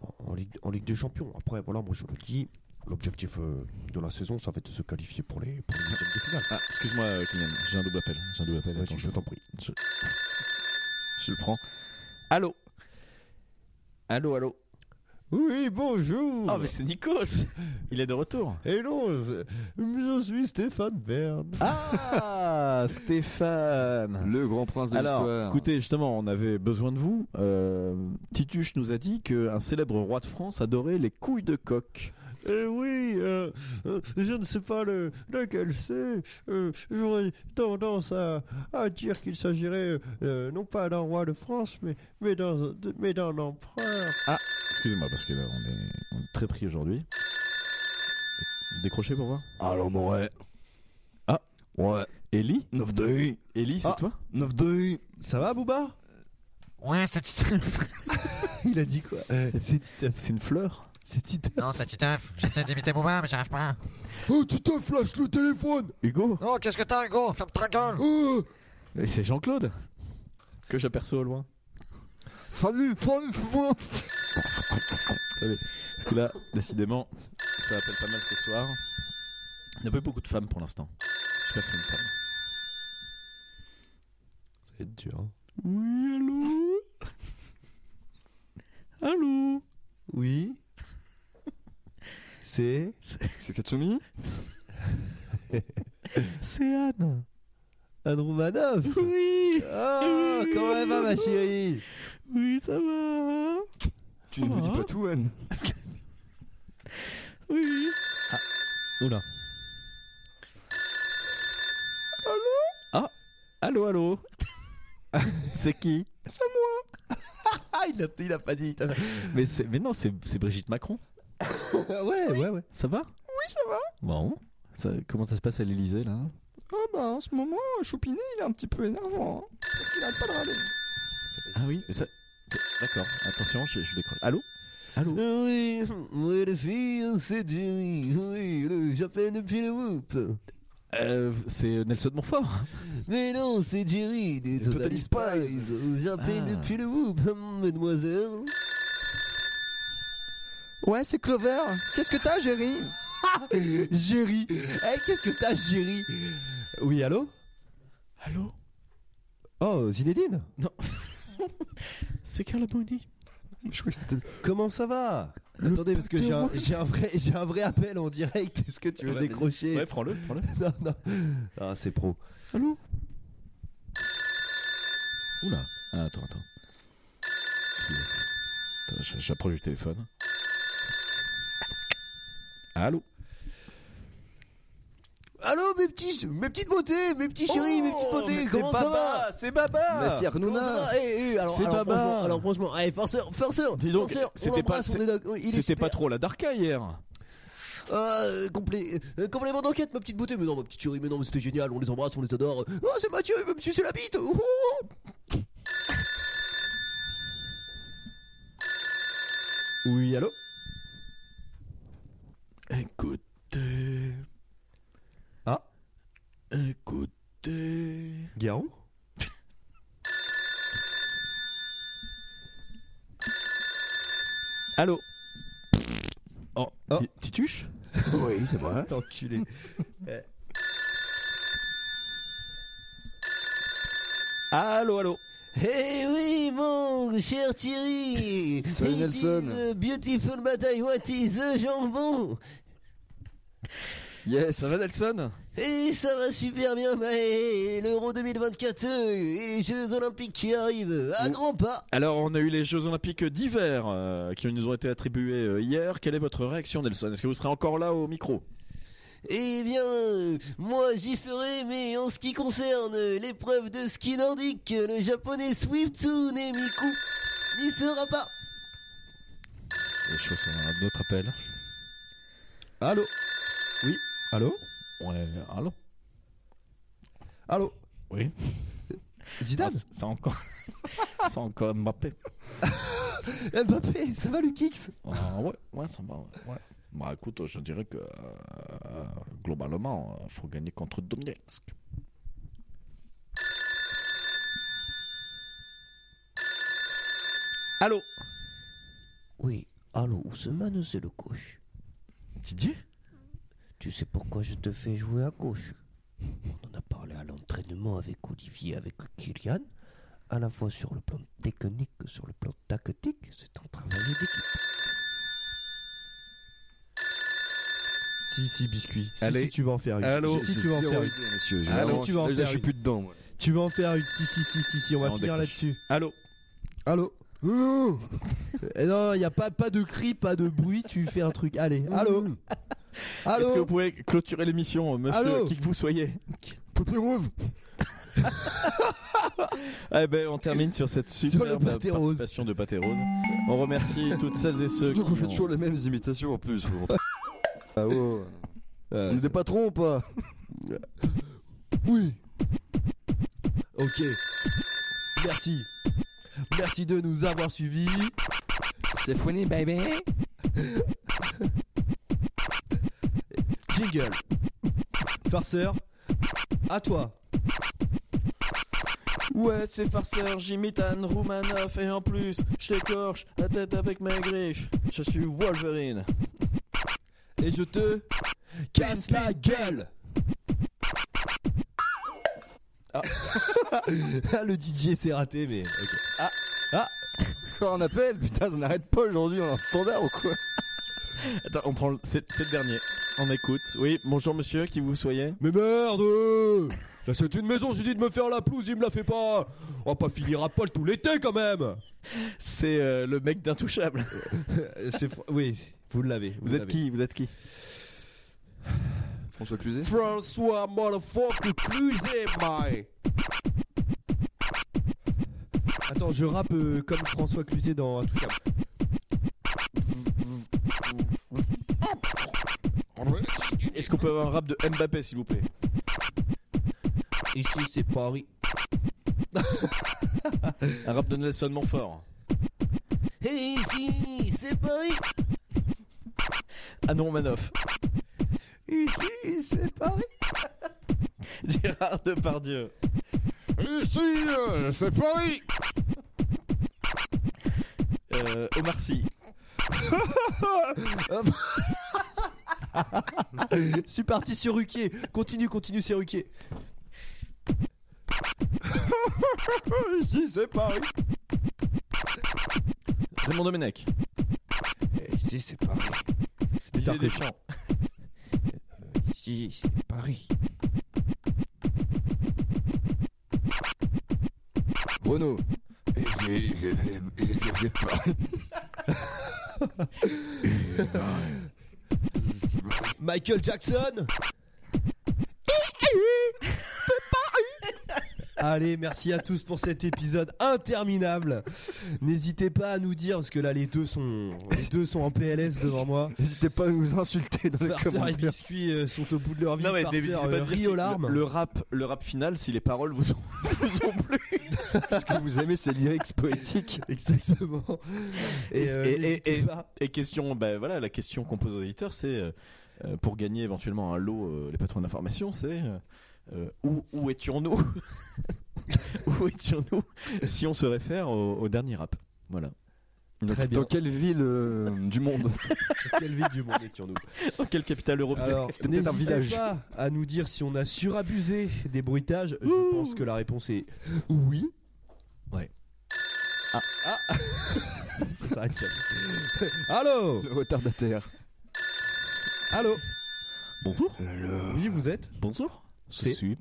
en, en Ligue, en Ligue des Champions. Après, voilà, moi je le dis, l'objectif euh, de la saison, ça va être de se qualifier pour les, pour les huitièmes de finale. Ah, excuse-moi euh, Kylian, j'ai un double appel. J'ai un double appel. Ouais, attends, je t'en prie. Je... je le prends. Allô Allô, allô Oui, bonjour Ah, Oh, mais c'est Nikos Il est de retour Hello, je- je suis Stéphane Bern. Ah Stéphane Le grand prince de Alors, l'histoire. écoutez, justement, on avait besoin de vous. Euh, Tituche nous a dit qu'un célèbre roi de France adorait les couilles de coq. Eh oui, euh, euh, je ne sais pas le, lequel c'est. euh, J'aurais tendance à, à dire qu'il s'agirait euh, non pas d'un roi de France, mais, mais d'un de- mais d'un empereur. Excusez-moi, parce que là, on est, on est très pris aujourd'hui. Décrochez pour voir. Allô, mon ouais. Ah. Ouais. Ellie 9 2 Ellie, c'est Ah. toi 9 2 Ça va, Bouba Ouais, ça titeuf. Il a dit quoi C'est Titeuf. C'est une fleur C'est Titeuf. Non, ça titeuf. J'essaie d'imiter Booba, mais j'arrive pas. Oh, Titeuf, lâche le téléphone Hugo Oh, qu'est-ce que t'as, Hugo Ferme ta Ah. gueule. oh Et C'est Jean-Claude Que j'aperçois au loin. Salut, salut, c'est moi. Parce que là, décidément, ça appelle pas mal ce soir. Il n'y a pas eu beaucoup de femmes pour l'instant. Je sais pas si c'est une femme. Ça va être dur. hein. Oui, allô Allô Oui. C'est. C'est Katsumi C'est Anne Androumanov Oui Oh, comment elle va, ma chérie Oui, ça va Tu ne me Oh. dis pas tout, Anne. Oui Oula Allô Ah Allô, allô C'est qui Ah, il a, il a pas dit. t'as- mais, c'est- mais non, c'est c'est Brigitte Macron. ouais, ouais, ouais. Ça va Oui, ça va. Bon. Ça- comment ça se passe à l'Elysée, là Oh bah en ce moment, Choupinet il est un petit peu énervant. Hein, parce qu'il a pas de râler. Ah oui ça- D'accord, attention, je, je décroche. Allô Allô Oui, oui, les filles, c'est du riz. Oui, le- j'appelle depuis le whoop. Euh, C'est Nelson Montfort Mais non, c'est Jerry des Des Total Total Spies. J'appelle Ah. depuis le whoop, hum, mademoiselle. Ouais, c'est Clover. Qu'est-ce que t'as, Jerry Jerry, hey, qu'est-ce que t'as, Jerry Oui, allô Allô Oh, Zinedine C'est Carla Bruni Je crois que c'était Comment ça va Attendez, parce que j'ai un, j'ai un vrai, j'ai un vrai appel en direct. Est-ce que tu veux Ouais, vas-y. décrocher Ouais, prends-le, prends-le. Non, non. Ah, c'est pro. Allô Oula ah, Attends, attends. Qui est-ce Attends, je- J'approche du téléphone. Allô Allô, mes petits, mes petites beautés, mes petits chéris, mes petites beautés, comment ça va Oh, C'est Ah, Baba Mais c'est Comment ça Arnouna. va Eh, eh, alors, C'est alors, Baba. franchement, alors franchement, allez, forceur, forceur, Dis donc, forceur, on c'était pas- l'embrasse, on est d'accord, il est C'était pas super. trop la Darka hier Euh, complé- euh, complément d'enquête, ma petite beauté, mais non, ma petite chérie, mais non, mais c'était génial, on les embrasse, on les adore. Oh, c'est Mathieu, il veut me sucer la bite. Oh, oh. Oui, allô Écoutez. Ah. Écoutez. Garou Allô Oh, Oh. Ti- Tituche Oui, c'est moi. Enculé. Allô, allô Eh oui, mon cher Thierry Salut, It Nelson. is a Beautiful bataille, what is the jambon Yes. Ça va Nelson Et ça va super bien, bah, et l'Euro 2024 euh, et les Jeux Olympiques qui arrivent à Ouh. grands pas Alors on a eu les Jeux Olympiques d'hiver euh, qui nous ont été attribués euh, hier. Quelle est votre réaction Nelson Est-ce que vous serez encore là au micro Eh bien, euh, moi j'y serai, mais en ce qui concerne euh, l'épreuve de ski nordique, euh, le japonais Swiftune Miku n'y sera pas Je pense qu'on a un autre appel. Allô Oui Allô Ouais, allô Allô Oui. Zidane Ah, C'est encore... c'est encore Mbappé. Mbappé, ça va Lukix Ah ouais, ouais, ça va. Ouais. Bah écoute, je dirais que euh, globalement, il faut gagner contre Donetsk. Allô Oui, allô, Ousmane, c'est le coach. Didier Tu sais pourquoi je te fais jouer à gauche On en a parlé à l'entraînement avec Olivier, avec Kylian, à la fois sur le plan technique que sur le plan tactique, c'est un travail d'équipe. Si, si, biscuit. Si, Allez. si, tu vas en faire une. Ah, Allô Si, si, tu vas en faire une. messieurs. Allô, Vraiment, tu vas en là, faire je suis une. plus dedans. Moi. Tu vas en faire une. Si, si, si, si, si, on va Non, on finir décroche. là-dessus. Allô Allô Eh Non, il n'y a pas, pas de cri, pas de bruit, tu fais un truc. Allez, allô Mmh. Est-ce que vous Allô pouvez clôturer l'émission, monsieur, Allô qui que vous soyez Eh ben, on termine sur cette Sur le superbe pâté rose. participation de Pâté Rose. On remercie toutes celles et ceux qui Surtout qu'on fait ont- toujours les mêmes imitations en plus. faut- ah ouais. Euh, On est des patrons ou pas Oui. Ok. Merci. Merci de nous avoir suivis. C'est funny, baby. Jingle. Farceur, à toi. Ouais, c'est farceur, j'imite Anne Roumanoff et en plus, je t'écorche la tête avec mes griffes. Je suis Wolverine. Et je te casse la gueule. Ah. le DJ s'est raté, mais. ok. Ah. Ah. Encore un appel Putain, ça n'arrête pas aujourd'hui, on est en standard ou quoi Attends, on prend le... C'est, c'est le dernier. On écoute. Oui, bonjour monsieur, qui vous soyez Mais merde Ça, C'est une maison, j'ai dit de me faire la pelouse, il me la fait pas On va pas finir à poil tout l'été quand même C'est euh, le mec d'Intouchable. Oui, vous l'avez. Vous êtes qui Vous êtes qui François Cluzet François Motherfucker Cluzet, my Attends, je rappe euh, comme François Cluzet dans Intouchable. Est-ce qu'on peut avoir un rap de Mbappé, s'il vous plaît Ici, c'est Paris. Un rap de Nelson Montfort Et ici, c'est Paris Anne Roumanoff Ici, c'est Paris. Gérard Depardieu Ici, c'est Paris. euh, Omar Sy Je suis parti sur Ruquier. Continue, continue, c'est Ruquier. Ici, c'est Paris. Raymond Domenech Ici, c'est Paris. C'était Didier Sarkozy. Deschamps Ici, c'est Paris. Renaud Michael Jackson Allez, merci à tous pour cet épisode interminable. N'hésitez pas à nous dire parce que là les deux sont les deux sont en PLS devant moi. N'hésitez pas à nous insulter dans les Farceur et commentaires. biscuit euh, sont au bout de leur vie. Non mais mais- Farceur, c'est pas euh, de dire, rit c'est aux que larmes. Le, le rap, le rap final, si les paroles vous ont, vous ont plu. Parce que vous aimez ces lyrics poétiques. Exactement. Et, euh, Et- et- n'hésitez et- pas. Et question, bah voilà, la question qu'on pose aux auditeurs, c'est euh, euh, pour gagner éventuellement un lot, euh, les patrons d'information, c'est euh, euh, où, où étions-nous Où étions-nous si on se réfère au, au dernier rap Voilà. Dans, Très bien. dans quelle ville euh, du monde Quelle ville du monde étions-nous Dans quelle capitale européenne Alors, C'était peut-être un n'hésitez village. pas à nous dire si on a surabusé des bruitages. Je pense que la réponse est oui. Ouais. Ah. Ah Ça s'arrête jamais. Allô Le retardataire. Allô Bonjour. Euh. Oui, vous êtes Bonjour. Je C'est- suis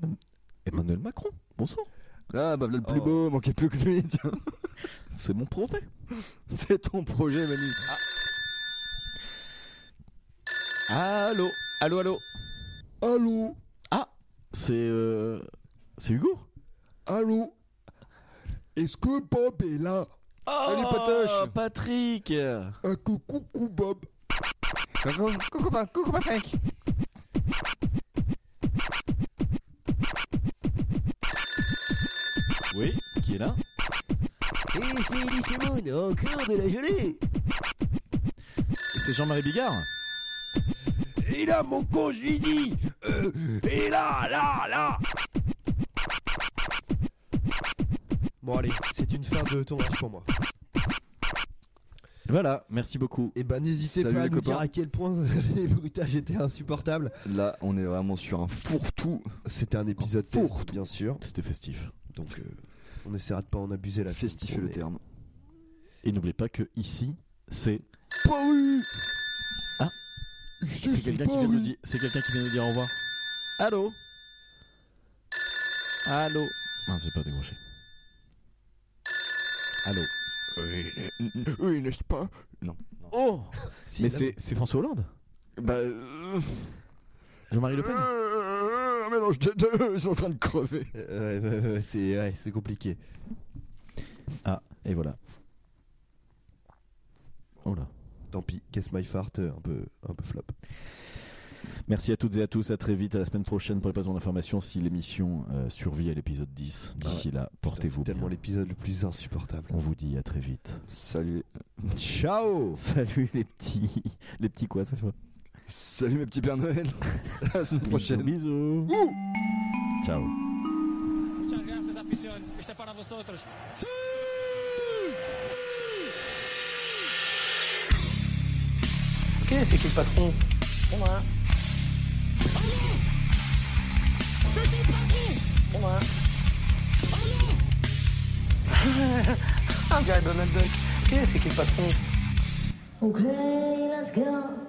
Emmanuel Macron. Bonjour. Ah, bah, le plus Oh. beau, manquait plus que lui, tiens. C'est mon projet. C'est ton projet, Manu. Ah. Allô. Allô, allô. Allô Ah, c'est euh, c'est Hugo. Allô Est-ce que Bob est là Salut, Patoche. Oh, Patrick. Un coucou, coucou, Bob. Coucou, coucou, Pa- coucou Patrick. Oui, qui est là Et c'est Elise Moon, encore de la gelée C'est Jean-Marie Bigard. Et là, mon con, je lui dis euh, Et là, là, là Bon, allez, c'est une fin de tournage pour moi. Voilà, merci beaucoup. Et ben, n'hésitez Salut pas à les nous copains. dire à quel point les bruitages étaient insupportables. Là, on est vraiment sur un fourre-tout. C'était un épisode Four. test, bien sûr. C'était festif. Donc, euh, on essaiera de pas en abuser la Festif est le terme. Et n'oubliez pas que ici, c'est Pas eu Ah. c'est C'est quelqu'un qui, pas vient nous eu di- c'est quelqu'un qui vient nous dire au revoir. Allô Allô Mince, j'ai pas décroché. Allô Oui, n- oui, n'est-ce pas Oh Si, Mais là- c'est c'est François Hollande Bah. euh, Jean-Marie Le Pen euh, Un mélange des deux, ils sont en train de crever. Euh, ouais, ouais, ouais, c'est ouais, c'est compliqué. Ah, et voilà. Oh là. Tant pis, Guess My Fart, euh, un peu, un peu flop. Merci à toutes et à tous, à très vite, à la semaine prochaine pour les passements d'information si l'émission euh, survit à l'épisode 10. D'ici là, Ah Putain, portez-vous C'est tellement bien. l'épisode le plus insupportable. On vous dit à très vite. Salut. Ciao Salut les petits. Les petits quoi, ça se voit Salut mes petits Pères Noël. à la semaine prochaine. Bisous. Ciao. Muchas gracias, afición. Este es para vosotros. Ok, c'est qui le patron C'était parti Ah, on dirait Donald Duck. Ok, c'est qui le patron Okay, let's go.